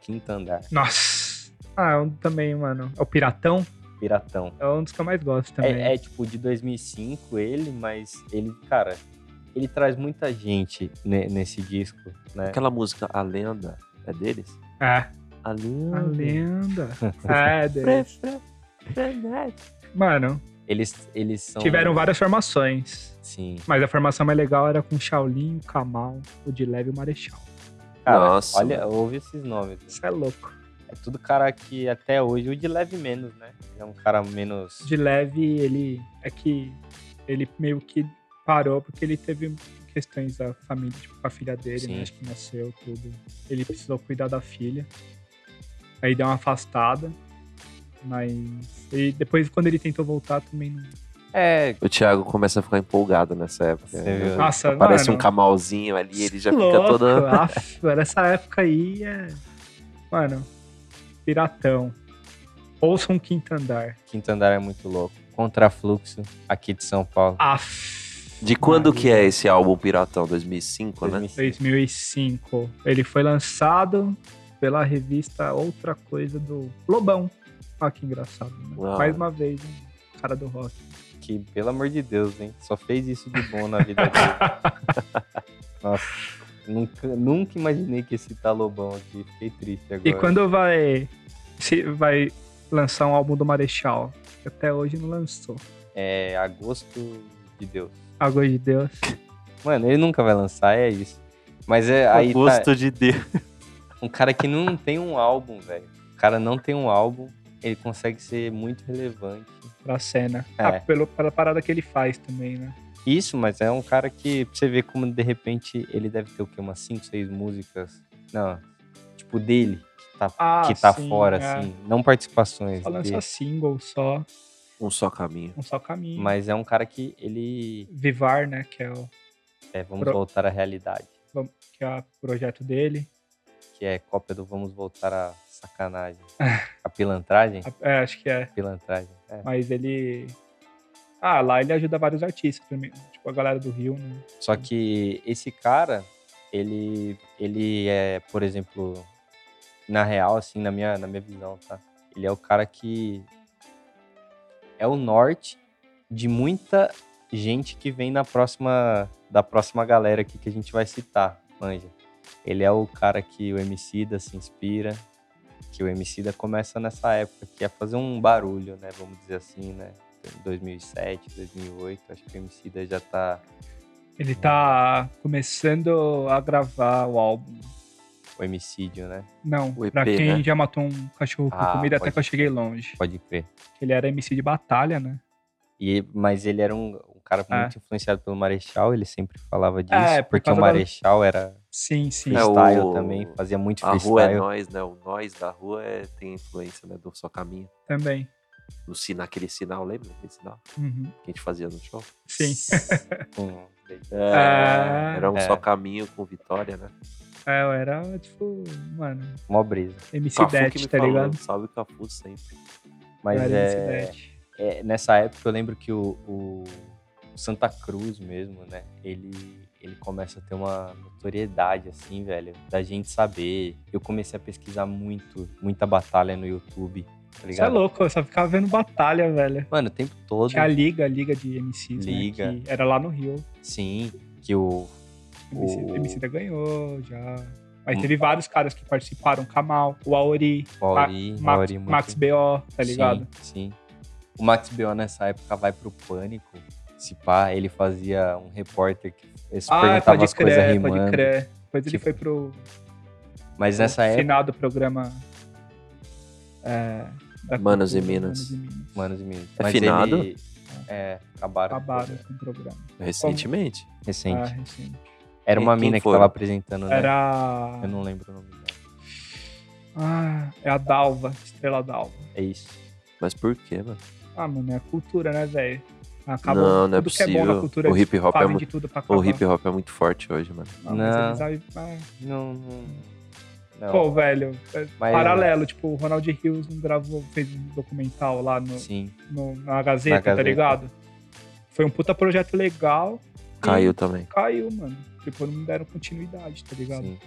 S3: Quinto andar.
S4: Nossa. Ah, é um também, mano. É o Piratão.
S3: Piratão.
S4: É um dos que eu mais gosto também.
S3: É, é, tipo de 2005 ele, mas ele, cara, ele traz muita gente ne- nesse disco, né?
S2: Aquela música A Lenda é deles?
S4: É.
S2: A
S4: A
S2: lenda.
S4: lenda. É,
S2: Fre-
S4: de-
S2: fre- frenético.
S4: mano,
S3: Eles, eles são. assim,
S4: tiveram várias formações.
S3: Sim.
S4: Mas a formação mais legal era com Shaolin, o Kamal, o de leve e o Marechal.
S3: Cara,
S2: Nossa.
S3: Olha, ouve esses nomes.
S4: Isso é louco.
S3: É tudo cara que até hoje, o de leve menos, né? Ele é um cara menos.
S4: De leve, ele é que ele meio que parou porque ele teve questões da família, tipo, com a filha dele,
S3: Sim.
S4: né? Acho que nasceu tudo. Ele precisou cuidar da filha. Aí deu uma afastada. Mas. E depois, quando ele tentou voltar, também não.
S3: É,
S2: O Thiago começa a ficar empolgado nessa época. né?
S3: Você viu?
S4: Nossa,
S2: Parece
S4: mano,
S2: um camalzinho ali, ele já fica
S4: Louco,
S2: todo.
S4: af, mano, essa época aí é. Mano, piratão. Ouça um quinto andar.
S3: quinto andar é muito louco. Contrafluxo, aqui de São Paulo.
S4: Af.
S2: De quando que
S4: Maria.
S2: é esse álbum Piratão? 2005, né?
S4: É
S3: 2005.
S4: 2005. Ele foi lançado pela revista Outra Coisa do Lobão. Olha que engraçado, né?
S2: Uau.
S4: Mais uma vez, né? cara do rock.
S3: Que, pelo amor de Deus, hein? Só fez isso de bom na vida dele. Nossa, nunca, nunca imaginei que esse talobão aqui. Fiquei triste agora.
S4: E quando vai, se vai lançar um álbum do Marechal? que Até hoje não lançou.
S3: É agosto de Deus.
S4: Água de Deus.
S3: Mano, ele nunca vai lançar, é isso. Mas é aí tá,
S2: Gosto de Deus.
S3: um cara que não tem um álbum, velho. O cara não tem um álbum, ele consegue ser muito relevante.
S4: Pra cena.
S3: É.
S4: Ah, pelo, pela parada que ele faz também, né?
S3: Isso, mas é um cara que pra você vê como de repente ele deve ter o quê? Umas 5, 6 músicas. Não, tipo dele,
S4: Ah,
S3: que tá
S4: sim,
S3: fora,
S4: é. assim.
S3: assim. Não participações.
S4: Só lança
S3: dele,
S4: single só,
S2: Um só caminho.
S4: um só caminho.
S3: mas é um cara que ele.
S4: Vivar, né? Que é o
S3: é, vamos
S4: Pro-
S3: voltar à realidade.
S4: que é o projeto dele.
S3: Que é cópia do Vamos Voltar à Sacanagem.
S4: É.
S3: a pilantragem?
S4: A- É, acho que é.
S3: Pilantragem. é.
S4: Mas ele. Ah, lá ele ajuda vários artistas também. Tipo a galera do Rio, né?
S3: Só que esse cara, ele, ele é, por exemplo, na real, assim, na minha, na minha visão, tá? Ele é o cara que é o norte de muita gente que vem na próxima, da próxima galera aqui que a gente vai citar, manja. Ele é o cara que o Emicida se inspira, que o Emicida começa nessa época, que é fazer um barulho, né? Vamos dizer assim, né? 2007, 2008, acho que o Emicida já tá
S4: Ele tá começando a gravar o álbum.
S3: o homicídio, né?
S4: Não,
S2: O EP,
S4: pra quem
S2: né?
S4: já matou um cachorro com
S3: Ah,
S4: comida até
S3: pode
S4: que eu
S3: ser.
S4: cheguei longe.
S3: Pode crer.
S4: Ele era MC de batalha, né?
S3: E, mas ele era um, um cara
S4: É.
S3: muito influenciado pelo Marechal, ele sempre falava disso,
S4: É, por
S3: porque o
S4: causa da-
S3: Marechal era
S4: Sim, sim.
S2: É, o-
S3: freestyle também, fazia muito
S2: A rua é
S3: freestyle.
S2: nós, né? O nós da rua é- tem influência, né? Do só caminho.
S4: Também.
S2: No sina, aquele sinal, lembra aquele sinal
S4: Uhum.
S2: que a gente fazia no show?
S4: Sim.
S3: Com-
S2: É,
S4: Ah.
S2: Era um
S3: É.
S2: só caminho com vitória, né?
S4: É, eu era tipo, mano,
S3: Mó brisa.
S4: MC
S2: Cafu que
S4: Det,
S2: me
S4: tá
S2: falou,
S4: ligado?
S2: salve Cafu sempre.
S3: Mas
S4: eu era
S3: é,
S4: MC Det.
S3: é, nessa época eu lembro que o, o Santa Cruz mesmo, né? Ele, ele começa a ter uma notoriedade, assim, velho, da gente saber. Eu comecei a pesquisar muito, muita batalha no YouTube, tá
S4: Isso é
S3: ligado?
S4: louco, eu só ficava vendo batalha, velho.
S3: Mano, o tempo todo.
S4: Tinha a Liga, a Liga de MCs,
S3: Liga.
S4: né? Que era lá no Rio.
S3: Sim, que o.
S4: MC,
S3: O-
S4: MC da ganhou já. Mas
S3: Hum.
S4: teve vários caras que participaram, Kamal, o Auri,
S3: O Auri, o
S4: Max,
S3: Auri muito-
S4: Max BO, tá ligado?
S3: Sim, sim. O Max Beon nessa época vai pro pânico. Se pá, ele fazia um repórter que ele
S4: Ah,
S3: perguntava
S4: pode
S3: as coisas
S4: crer, pode
S3: rimando.
S4: crer. Depois ele
S3: Tipo,
S4: foi pro
S3: Mas nessa
S2: é-
S3: época,
S4: final do programa. É, da
S2: Manos
S4: cultura,
S2: e Minas.
S4: Manos e Minas.
S3: mano de mim.
S2: É
S3: mas
S2: finado?
S3: ele- é, acabaram.
S4: Acabaram com o programa.
S2: Recentemente.
S4: Ah,
S3: Recente.
S4: recente.
S3: Era uma
S2: Quem-
S3: mina
S2: quem
S3: que
S2: foram?
S3: tava apresentando,
S2: É.
S3: né?
S4: Era.
S3: Eu não lembro o nome dela.
S4: Ah, é a Dalva, Estrela Dalva.
S3: É isso.
S2: Mas por quê, mano?
S4: Ah, mano, é a cultura, né, velho? Acabou
S2: Não, não é
S4: tudo que é bom na
S2: possível.
S4: cultura.
S2: O hip hop é
S4: fazem
S2: mu-
S4: de tudo né? pra acabar.
S2: O hip hop é muito forte hoje, mano.
S4: Não, mas
S3: Não.
S4: eles aí- ah,
S3: Não, não. não.
S4: Pô, velho, é
S3: Mas-
S4: paralelo, tipo, o Ronald Rios não gravou, fez um documental lá no,
S3: Sim.
S4: no- na, Gazeta,
S3: Na Gazeta.
S4: tá ligado? Foi um puta projeto legal. e
S2: Caiu também.
S4: Caiu, mano. Tipo, não deram continuidade, tá ligado?
S3: Sim.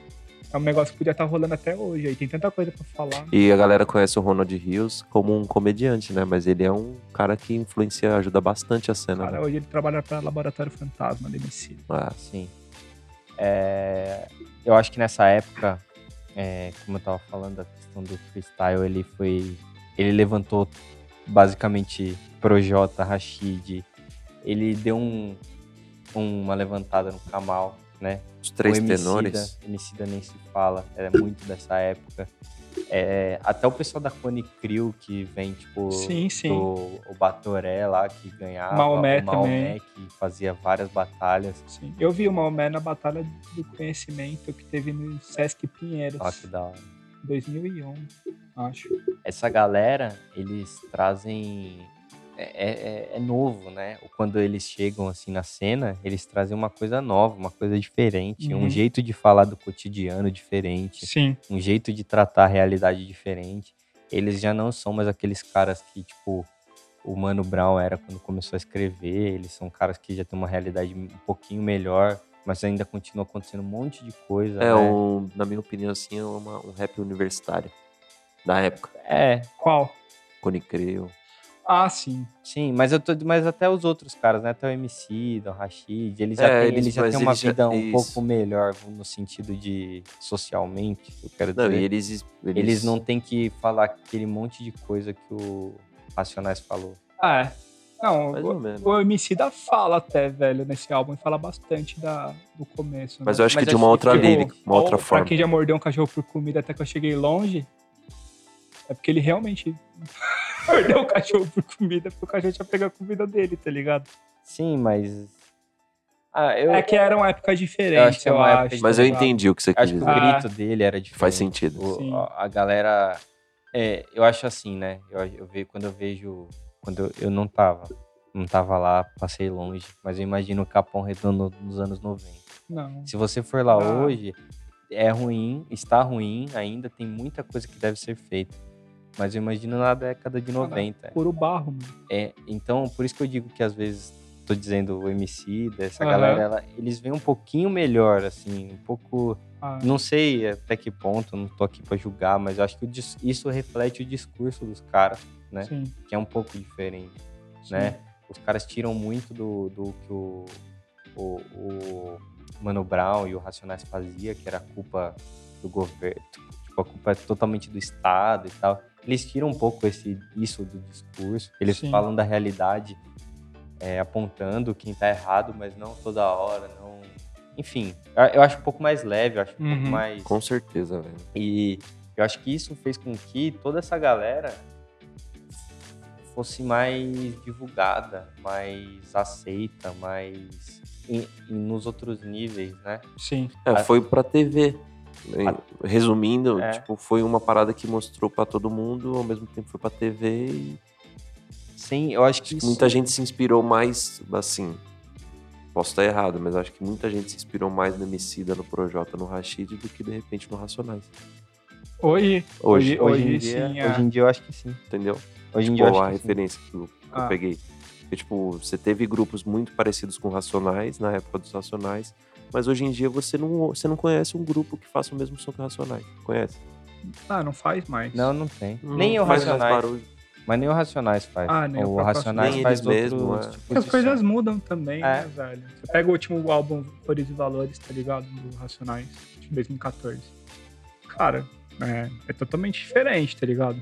S4: É um negócio que podia estar rolando até hoje. Aí tem tanta coisa pra falar.
S2: E a galera conhece o Ronald Rios como um comediante, né? Mas ele é um cara que influencia, ajuda bastante a cena,
S4: Cara,
S2: né?
S4: hoje ele trabalha pra Laboratório Fantasma da MC.
S2: Ah,
S3: Sim. É, eu acho que nessa época é, como eu tava falando, a questão do freestyle, ele foi. Ele levantou basicamente Projota, Rashid. Ele deu um, uma levantada no Kamal, né?
S2: Os três
S3: o Emicida,
S2: tenores.
S3: Emicida nem se fala, era muito dessa época. É, até o pessoal da Cone Crew que vem, tipo,
S4: Sim, sim.
S3: do o Batoré lá, que ganhava.
S4: Maomé
S3: o Maomé,
S4: também.
S3: que fazia várias batalhas.
S4: Sim. Eu vi o Maomé na Batalha do Conhecimento que teve no Sesc Pinheiros,
S3: Ó, Ah, que da hora.
S4: 2011, acho.
S3: Essa galera, eles trazem... É, é- é novo, né? Quando eles chegam, assim, na cena, eles trazem uma coisa nova, uma coisa diferente. Um
S4: Uhum.
S3: jeito de falar do cotidiano diferente.
S4: Sim.
S3: um jeito de tratar a realidade diferente. Eles já não são mais aqueles caras que, tipo, o Mano Brown era quando começou a escrever. Eles são caras que já têm uma realidade um pouquinho melhor, mas ainda continua acontecendo um monte de coisa.
S2: É,
S3: né?
S2: um, na minha opinião, assim, é uma- um rap universitário da época.
S3: é,
S4: Qual?
S2: Cone Creu.
S4: Ah, sim.
S3: sim, mas, eu tô, mas até os outros caras, né? Até o MC, o Rashid, eles já
S2: É,
S3: têm,
S2: eles-
S3: eles já
S2: mas
S3: têm uma
S2: eles já-
S3: vida um
S2: isso.
S3: pouco melhor no sentido de socialmente, eu quero
S2: Não,
S3: dizer.
S2: e eles, eles.
S3: Eles não têm que falar aquele monte de coisa que o Racionais falou.
S4: Ah, é. Não,
S2: Mais ou menos.
S3: Né?
S4: o, o MC da fala até, velho, nesse álbum. e Fala bastante da, do começo. né?
S2: Mas eu acho
S3: Mas
S2: que de
S3: eu
S2: uma
S3: acho
S2: outra
S3: que, tipo,
S2: lírica, uma outra
S4: Ou,
S2: forma.
S4: Pra quem já mordeu um cachorro por comida até que eu cheguei longe, é porque ele realmente mordeu o cachorro por comida, porque o cachorro tinha pegado a comida dele, tá ligado?
S3: Sim, mas. Ah, eu
S4: É que era uma época diferente,
S3: Eu
S4: eu
S3: acho
S4: acho. tá
S3: que é uma época
S2: Mas eu entendi o que você quis
S3: acho que o
S2: dizer.
S4: Ah.
S3: grito dele era diferente.
S2: Faz sentido.
S3: O-
S4: Sim.
S3: a, a galera. é, eu acho assim, né? Eu, eu vejo quando eu vejo. Quando eu, eu não tava. Não tava lá, passei longe. Mas eu imagino o Capão Redondo nos anos 90.
S4: Não.
S3: Se você for lá
S4: Ah.
S3: hoje, é ruim, está ruim, ainda tem muita coisa que deve ser feita. Mas eu imagino na década
S4: Ah,
S3: de 90.
S4: Puro barro, mano.
S3: É, então, por isso que eu digo que às vezes tô dizendo o MC, dessa
S4: Aham.
S3: galera, ela- eles vêm um pouquinho melhor, assim, um pouco.
S4: Ah,
S3: Não sei até que ponto, não tô aqui pra julgar, mas eu acho que o dis- isso reflete o discurso dos caras, né?
S4: Sim,
S3: que é um pouco diferente,
S4: sim.
S3: né? Os caras tiram muito do, do que o, o, o Mano Brown e o Racionais fazia, que era a culpa do governo, tipo, a culpa é totalmente do Estado e tal. Eles tiram um pouco esse, isso do discurso, eles
S4: Sim.
S3: falam da realidade, é, apontando quem tá errado, mas não toda hora, não... Enfim, eu- eu acho um pouco mais leve, eu acho um pouco
S4: Uhum.
S3: mais...
S2: Com certeza, velho.
S3: E eu acho que isso fez com que toda essa galera fosse mais divulgada, mais aceita, mais em, em- nos outros níveis, né?
S4: Sim.
S2: É,
S3: A-
S2: foi pra TV. E, Resumindo,
S3: É.
S2: tipo, foi uma parada que mostrou pra todo mundo, ao mesmo tempo foi pra TV e
S3: Sim, eu acho que
S2: acho que
S3: isso,
S2: muita gente se inspirou mais, assim, posso estar errado, mas acho que muita gente se inspirou mais no Emicida, no Projota, no Rashid do que, de repente, no Racionais.
S4: Hoje,
S2: Hoje,
S4: Hoje-
S3: em dia,
S4: sim, é.
S3: hoje em dia eu acho que sim.
S2: entendeu?
S3: Hoje em dia eu
S2: Tipo, a
S3: acho que sim.
S2: referência que eu, que eu
S4: Ah.
S2: peguei. Porque, tipo, você teve grupos muito parecidos com Racionais, na época dos Racionais, mas hoje em dia você não, você não conhece um grupo que faça o mesmo som que o Racionais. Conhece?
S4: ah, não faz mais.
S3: Não, não tem.
S2: Não
S3: nem o
S2: faz mais
S3: Racionais.
S2: barulho.
S3: Mas nem o Racionais faz.
S4: Ah, nem o
S3: o
S4: próprio
S3: Racionais
S2: Nem
S3: faz
S2: eles mesmo,
S3: outros
S2: é.
S3: tipos
S4: As
S3: de
S4: coisas
S3: som.
S4: mudam também,
S3: É.
S4: né, velho? Você pega o último álbum Cores e Valores, tá ligado? Do Racionais, de 2014. Cara, é, é totalmente diferente, tá ligado?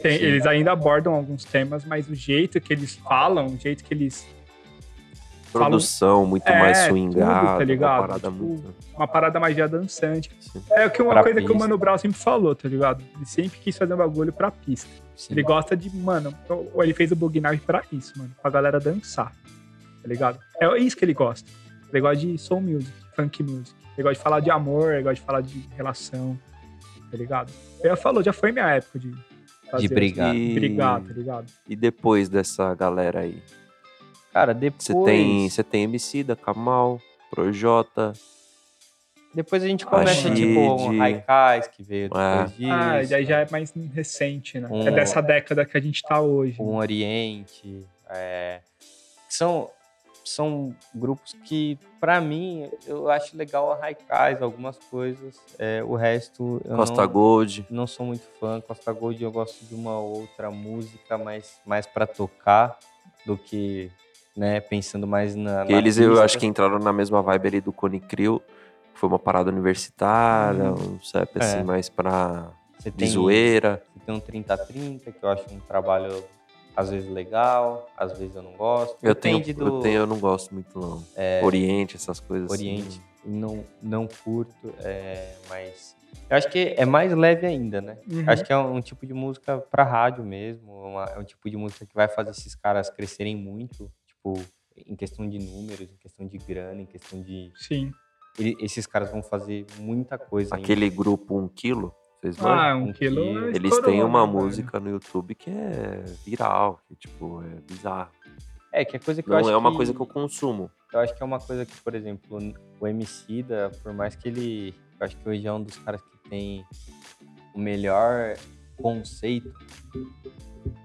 S4: Tem-
S3: Sim.
S4: eles ainda abordam alguns temas, mas o jeito que eles falam, o jeito que eles. falam-
S2: Produção muito
S4: É,
S2: mais
S4: tudo, tá
S2: swingada,
S4: ligado?
S2: uma parada
S4: Tipo,
S2: muito...
S4: Uma parada mais já dançante.
S2: Sim.
S4: É o que uma
S3: Pra
S4: coisa que o
S3: pista.
S4: Mano Brown sempre falou, tá ligado? Ele sempre quis fazer um bagulho pra pista.
S3: Sim.
S4: Ele gosta de, mano, ou ele fez o Bugnag pra isso, mano, pra galera dançar, tá ligado? É isso que ele gosta. Ele gosta de soul music, funk music. Ele gosta de falar de amor, ele gosta de falar de relação, tá ligado? Ele já falou, já foi minha época de fazer-
S3: brigar.
S4: de brigar, tá ligado?
S2: E depois dessa galera aí?
S3: Cara, depois...
S2: Você tem, você tem MC da Kamal, Projota,
S3: Depois a gente começa,
S4: Rashid.
S3: tipo, um Raikais, que veio depois disso.
S4: Ah, e daí já é mais recente, né?
S3: Um-
S4: É dessa década que a gente tá hoje.
S3: um Oriente. é, que são, são grupos que, pra mim, eu acho legal a Raikais, algumas coisas. é, o resto, eu
S2: Costa
S3: não,
S2: Gold.
S3: não sou muito fã. Costa Gold, eu gosto de uma outra música, mas mais pra tocar do que, né, pensando mais na.
S2: Que
S3: na
S2: eles, eu
S3: pista.
S2: acho que entraram na mesma vibe ali do Cone Crew, foi uma parada universitária, um CEP assim,
S3: É.
S2: mais pra
S3: Você
S2: de zoeira.
S3: Você tem um 30-30, que eu acho um trabalho às vezes legal, às vezes eu não gosto.
S2: Eu tenho,
S3: Depende do É.
S2: eu tenho, eu não gosto muito, não. Oriente, essas coisas
S3: Oriente.
S2: assim.
S3: Não, não curto, é, mas. Eu acho que é mais leve ainda, né?
S4: Uhum.
S3: Acho que é um tipo de música pra rádio mesmo, uma- é um tipo de música que vai fazer esses caras crescerem muito, tipo, em questão de números, em questão de grana, em questão de...
S4: Sim.
S3: e- Esses caras vão fazer muita coisa ainda.
S2: Aquele grupo Um Quilo, vocês não?
S4: Ah, um
S3: um
S4: quilo.
S3: quilo.
S4: é
S2: Eles
S4: estourou,
S2: têm uma
S4: né,
S2: música no YouTube que é viral, que tipo, é bizarro.
S3: É, que é coisa que eu
S2: Não
S3: acho
S2: é uma
S3: que-
S2: coisa que eu consumo.
S3: Eu acho que é uma coisa que, por exemplo, o Emicida, por mais que ele... Eu acho que hoje é um dos caras que tem o melhor conceito,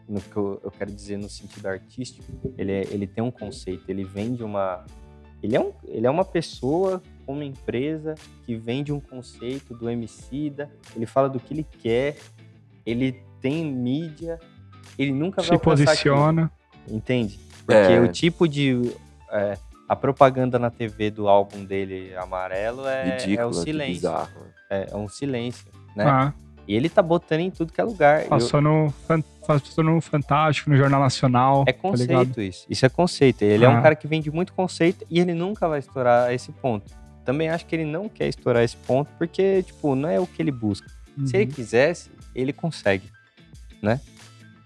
S3: no que eu, eu quero dizer no sentido artístico. Ele, é- ele tem um conceito, ele vende uma... Ele é, um, ele é uma pessoa, uma empresa, que vende um conceito do Emicida, ele fala do que ele quer, ele tem mídia, ele nunca
S4: velho?
S3: vai
S4: Se
S3: alcançar aquilo.
S4: posiciona.
S3: Entende? Porque
S2: É.
S3: o tipo de. é, a propaganda na TV do álbum dele amarelo é, é
S2: Ridícula,
S3: o
S2: de
S3: silêncio.
S2: bizarro. né?
S3: É, é um silêncio, né?
S4: Ah,
S3: E ele tá botando em tudo que é lugar. Eu-
S4: passou, no, fan- passou no Fantástico, no Jornal Nacional.
S3: é
S4: Tá ligado?
S3: conceito isso. Isso é conceito. Ele é
S4: Ah.
S3: um cara que vende muito conceito e ele nunca vai estourar esse ponto. Também acho que ele não quer estourar esse ponto porque, tipo, não é o que ele busca. Se ele
S4: Uhum.
S3: quisesse, ele consegue, né?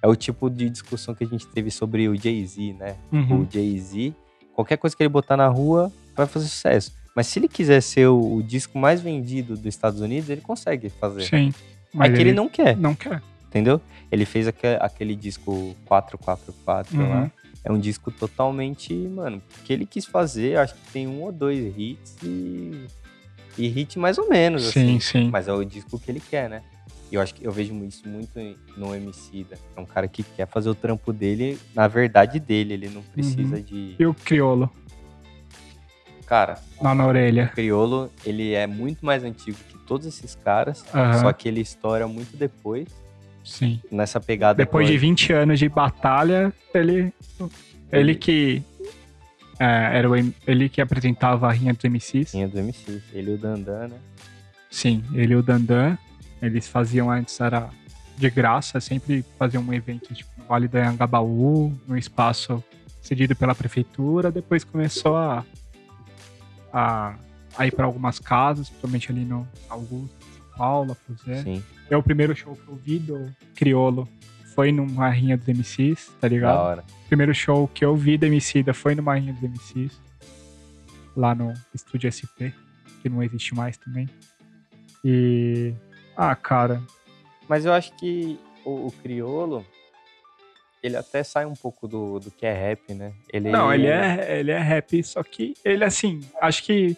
S3: É o tipo de discussão que a gente teve sobre o Jay-Z, né?
S4: Uhum.
S3: o Jay-Z, qualquer coisa que ele botar na rua vai fazer sucesso. Mas se ele quiser ser o, o disco mais vendido dos Estados Unidos, ele consegue fazer.
S4: Sim.
S3: Mas
S4: Mas
S3: é que ele, não quer,
S4: não quer.
S3: entendeu? Ele fez aque- aquele, disco 444
S4: Uhum.
S3: lá. É um disco totalmente, mano, que ele quis fazer. Acho que tem um ou dois hits e, e hit mais ou menos, assim.
S4: Sim, sim.
S3: Mas é o disco que ele quer, né? E eu acho que eu vejo isso muito em- no MC da. É um cara que quer fazer o trampo dele na verdade dele. Ele não precisa de.
S4: Uhum. E o criolo
S3: Cara,
S4: lá na
S3: o
S4: orelha.
S3: Criolo, ele é muito mais antigo que todos esses caras.
S4: Aham.
S3: Só que ele estoura muito depois.
S4: Sim.
S3: Nessa pegada.
S4: Depois de 20 anos de batalha, ele. Ele que. é, era o, M- ele que apresentava a rinha dos MCs.
S3: Tinha do MC. Ele e o Dandan, né?
S4: Sim, ele e o Dandan, eles faziam antes, era de graça, sempre faziam um evento tipo no Vale do Angabaú, num espaço cedido pela prefeitura, depois começou a, a, a ir para algumas casas, principalmente ali no Augusto, São Paulo, José.
S3: Sim.
S4: É o primeiro show que eu vi do Criolo, foi numa rinha dos MCs,
S3: Da
S4: tá ligado?
S3: hora.
S4: O primeiro show que eu vi da Emicida foi numa rinha dos MCs, lá no Estúdio SP, que não existe mais também. E. Ah, cara.
S3: Mas eu acho que o, o Criolo. Ele até sai um pouco do, do que é rap, né? Ele,
S4: Não, ele é, ele é rap, só que ele, assim, acho que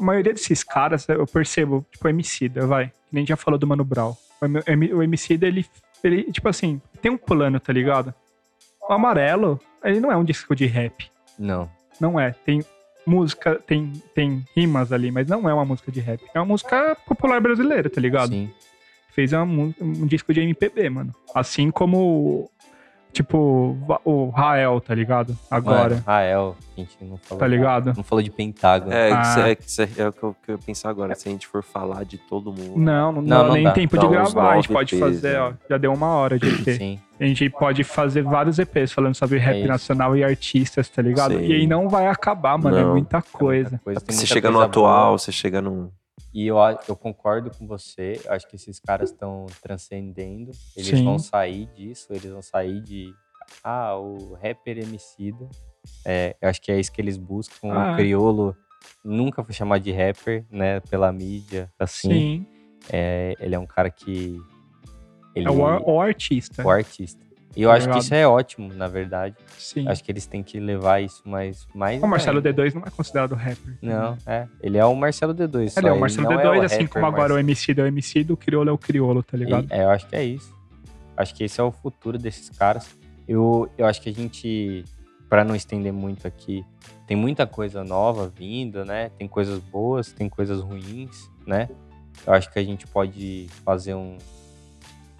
S4: a maioria desses caras, eu percebo, tipo, o Emicida, vai. Que nem já falou do Mano Brown. O M- M- O Emicida, ele, ele, tipo assim, tem um plano, tá ligado? O Amarelo, ele não é um disco de rap.
S3: Não.
S4: Não é. Tem música, tem, tem rimas ali, mas não é uma música de rap. É uma música popular brasileira, tá ligado?
S3: Sim.
S4: Fez uma mu- um disco de MPB, mano. Assim como, tipo, va- o Rael, tá ligado? Agora,
S3: Mano, Rael. A gente não falou.
S4: tá ligado?
S3: Não falou de Pentágono.
S2: É,
S4: Ah.
S2: isso é- isso é, é o que eu, que eu ia pensar agora. Se a gente for falar de todo mundo.
S4: Não, não,
S3: Não,
S4: dá
S3: não
S4: nem
S3: dá.
S4: tempo
S2: Dá
S4: de
S2: uns
S4: gravar. A gente
S2: nove
S4: pode
S2: EPs,
S4: fazer,
S2: né?
S4: ó. Já deu uma hora de EP.
S3: Sim. É
S4: A gente pode fazer vários EPs falando sobre rap
S3: isso.
S4: nacional e artistas, tá ligado?
S2: Sim.
S4: E aí não vai acabar, mano. É
S2: Não.
S4: muita coisa.
S3: Coisa, tem
S2: Você
S3: muita
S2: chega no
S3: coisa boa.
S2: atual, você chega num.
S3: E eu, a- eu concordo com você. eu Acho que esses caras estão transcendendo. Eles
S4: Sim.
S3: vão sair disso. Eles vão sair de. Ah, o rapper emicida. É, eu acho que é isso que eles buscam.
S4: Ah.
S3: O criolo nunca foi chamado de rapper, né? Pela mídia, assim.
S4: Sim.
S3: É, ele é um cara que. Ele
S4: É o, ar- o artista.
S3: o artista. E eu acho que
S4: Obrigado.
S3: isso é ótimo, na verdade.
S4: Sim.
S3: Acho que eles têm que levar isso mais. mais
S4: O Marcelo
S3: ainda.
S4: D2 não é considerado rapper.
S3: Não, é. Ele é o Marcelo D2. só
S4: Ele é o
S3: ele
S4: Marcelo
S3: não é
S4: D2,
S3: o
S4: assim
S3: rapper
S4: como agora
S3: Marcelo.
S4: o MC é o MC, o Criolo é o Criolo, tá ligado?
S3: E- é, eu acho que é isso. Acho que esse é o futuro desses caras. Eu, eu acho que a gente, pra não estender muito aqui, tem muita coisa nova vindo, né? Tem coisas boas, tem coisas ruins, né? Eu acho que a gente pode fazer um,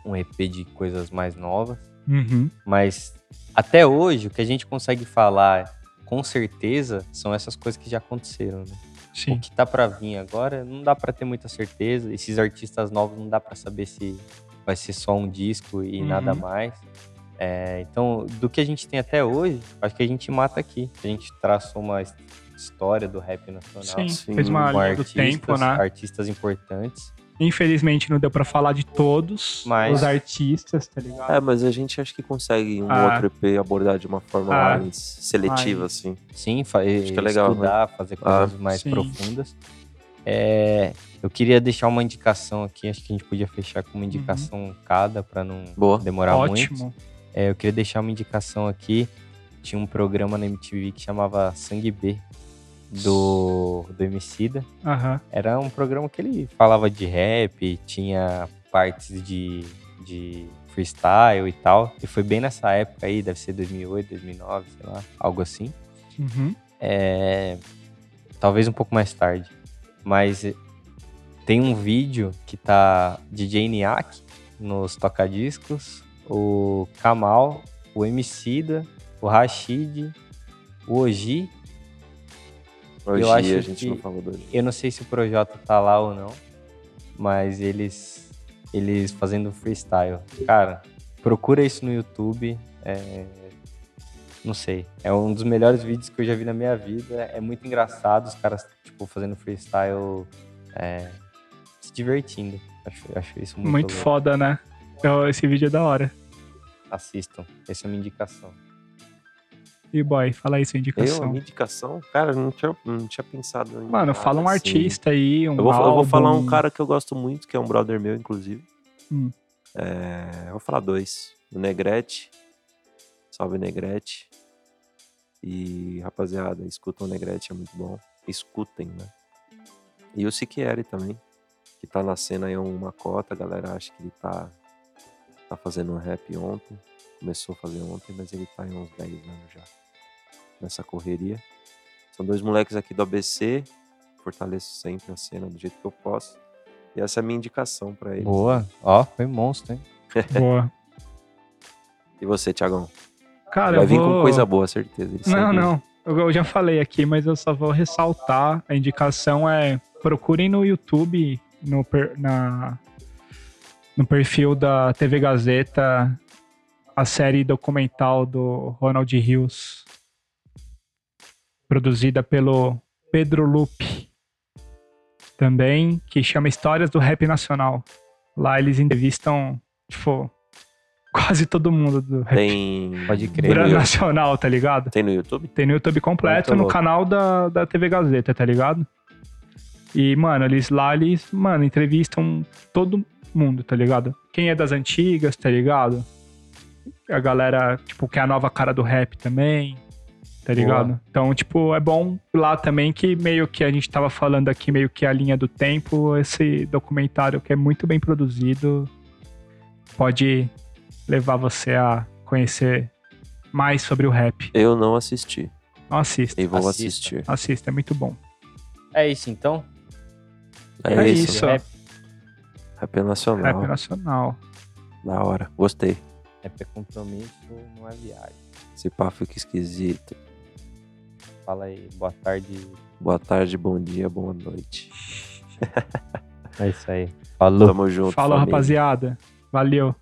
S3: um EP de coisas mais novas.
S4: Uhum.
S3: Mas até hoje, o que a gente consegue falar com certeza são essas coisas que já aconteceram, né?
S4: Sim.
S3: o que tá pra vir agora, não dá pra ter muita certeza. Esses artistas novos não dá pra saber se vai ser só um disco e
S4: Uhum.
S3: nada mais. É, então, do que a gente tem até hoje, acho que a gente mata aqui. A gente traçou uma his- história do rap nacional.
S4: Sim,
S2: Sim, um
S4: fez uma
S3: com
S4: linha do
S3: artistas,
S4: tempo, né?
S3: artistas importantes.
S4: Infelizmente não deu pra falar de todos
S3: Mas-
S4: os artistas, tá ligado?
S2: É, mas a gente acho que consegue um
S4: Ah.
S2: outro EP abordar de uma forma
S4: Ah.
S2: mais seletiva, assim.
S3: Sim, fa-
S2: Acho que é legal, Ah,
S3: estudar, fazer coisas mais
S4: Sim.
S3: profundas. É, eu queria deixar uma indicação aqui, acho que a gente podia fechar com uma indicação cada para não
S2: Boa.
S3: demorar muito.
S4: Uhum. Ótimo.
S3: É, eu queria deixar uma indicação aqui. Tinha um programa na MTV que chamava Sangue B, do, do Emicida.
S4: Aham.
S3: Era um programa que ele falava de rap, tinha partes de, de freestyle e tal. E foi bem nessa época aí, deve ser 2008, 2009, sei lá, algo assim.
S4: Uhum.
S3: É, talvez um pouco mais tarde. Mas tem um vídeo que tá DJ Niak nos tocadiscos, o Kamal, o Emicida, o Rashid, o Oji.
S2: Hoje
S3: Eu acho
S2: a gente
S3: que-
S2: não falou do hoje.
S3: Eu não sei se o Projota tá lá ou não, mas eles eles fazendo freestyle. Cara, procura isso no YouTube. é, Não sei. É um dos melhores vídeos que eu já vi na minha vida. É muito engraçado os caras, tipo, fazendo freestyle, é, se divertindo. Acho, acho isso muito,
S4: Muito
S3: louco.
S4: foda, né? Então, esse vídeo é da hora.
S3: Assistam. Essa é uma indicação.
S4: E boy, fala aí sua
S2: Eu, a
S4: indicação.
S2: minha indicação? Cara, eu não tinha, não tinha pensado em
S4: Mano,
S2: nada,
S4: fala um
S2: assim.
S4: artista aí, um
S2: Eu vou, eu vou falar um
S4: álbum.
S2: cara que eu gosto muito, que é um brother meu, inclusive.
S4: Hum.
S2: É, eu vou falar dois. O Negrete. Salve, Negrete. E, rapaziada, escutam o Negrete, é muito bom. Escutem, né? E o Siquieri também, que tá na cena aí uma cota. A galera acha que ele tá, tá fazendo um rap ontem. Começou a fazer ontem, mas ele tá em uns 10 anos já. Nessa correria. São dois moleques aqui do ABC, fortaleço sempre a cena do jeito que eu posso. E essa é a minha indicação pra eles.
S3: Boa. Ó, foi monstro, hein?
S4: Boa.
S2: E você, Tiagão?
S4: Cara,
S2: Vai
S4: eu
S2: vir
S4: vou...
S2: com coisa boa, certeza. Ele
S4: Não,
S2: sempre-
S4: não. Eu, eu já falei aqui, mas eu só vou ressaltar. A indicação é procurem no YouTube, no, per- na, no perfil da TV Gazeta, a série documental do Ronald Rios, produzida pelo Pedro Lupe, também, que chama Histórias do Rap Nacional. Lá eles entrevistam, tipo, quase todo mundo do rap
S2: Tem.
S3: Pode crer.
S2: Tem no, Yu-
S4: nacional, tá ligado?
S2: tem no YouTube?
S4: Tem no YouTube completo,
S3: Muito
S4: no
S3: tá louco.
S4: canal da, da TV Gazeta, tá ligado? E, mano, eles lá, eles, mano, entrevistam todo mundo, tá ligado? Quem é das antigas, tá ligado? A galera, tipo, que é a nova cara do rap também, tá
S3: Boa.
S4: ligado? Então, tipo, é bom lá também que meio que a gente tava falando aqui, meio que a linha do tempo, esse documentário que é muito bem produzido, pode levar você a conhecer mais sobre o rap.
S2: Eu não assisti.
S4: Não assista.
S2: E vou
S3: Assista.
S2: assistir.
S4: Assista, é muito bom.
S3: É isso, então.
S2: É, isso.
S4: É
S2: É
S4: isso.
S3: Rap,
S2: Rap nacional.
S4: Rap nacional.
S2: Da hora. Gostei.
S3: rap é compromisso, não é viagem.
S2: Esse pá fica esquisito.
S3: Fala aí, boa tarde.
S2: Boa tarde, bom dia, boa noite.
S3: É isso aí. Falou.
S2: Tamo junto.
S4: Falou,
S2: família.
S4: rapaziada. Valeu.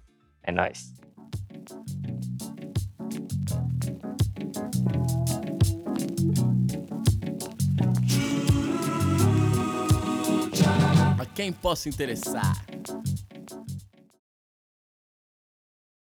S3: É nóis.
S1: a quem possa interessar.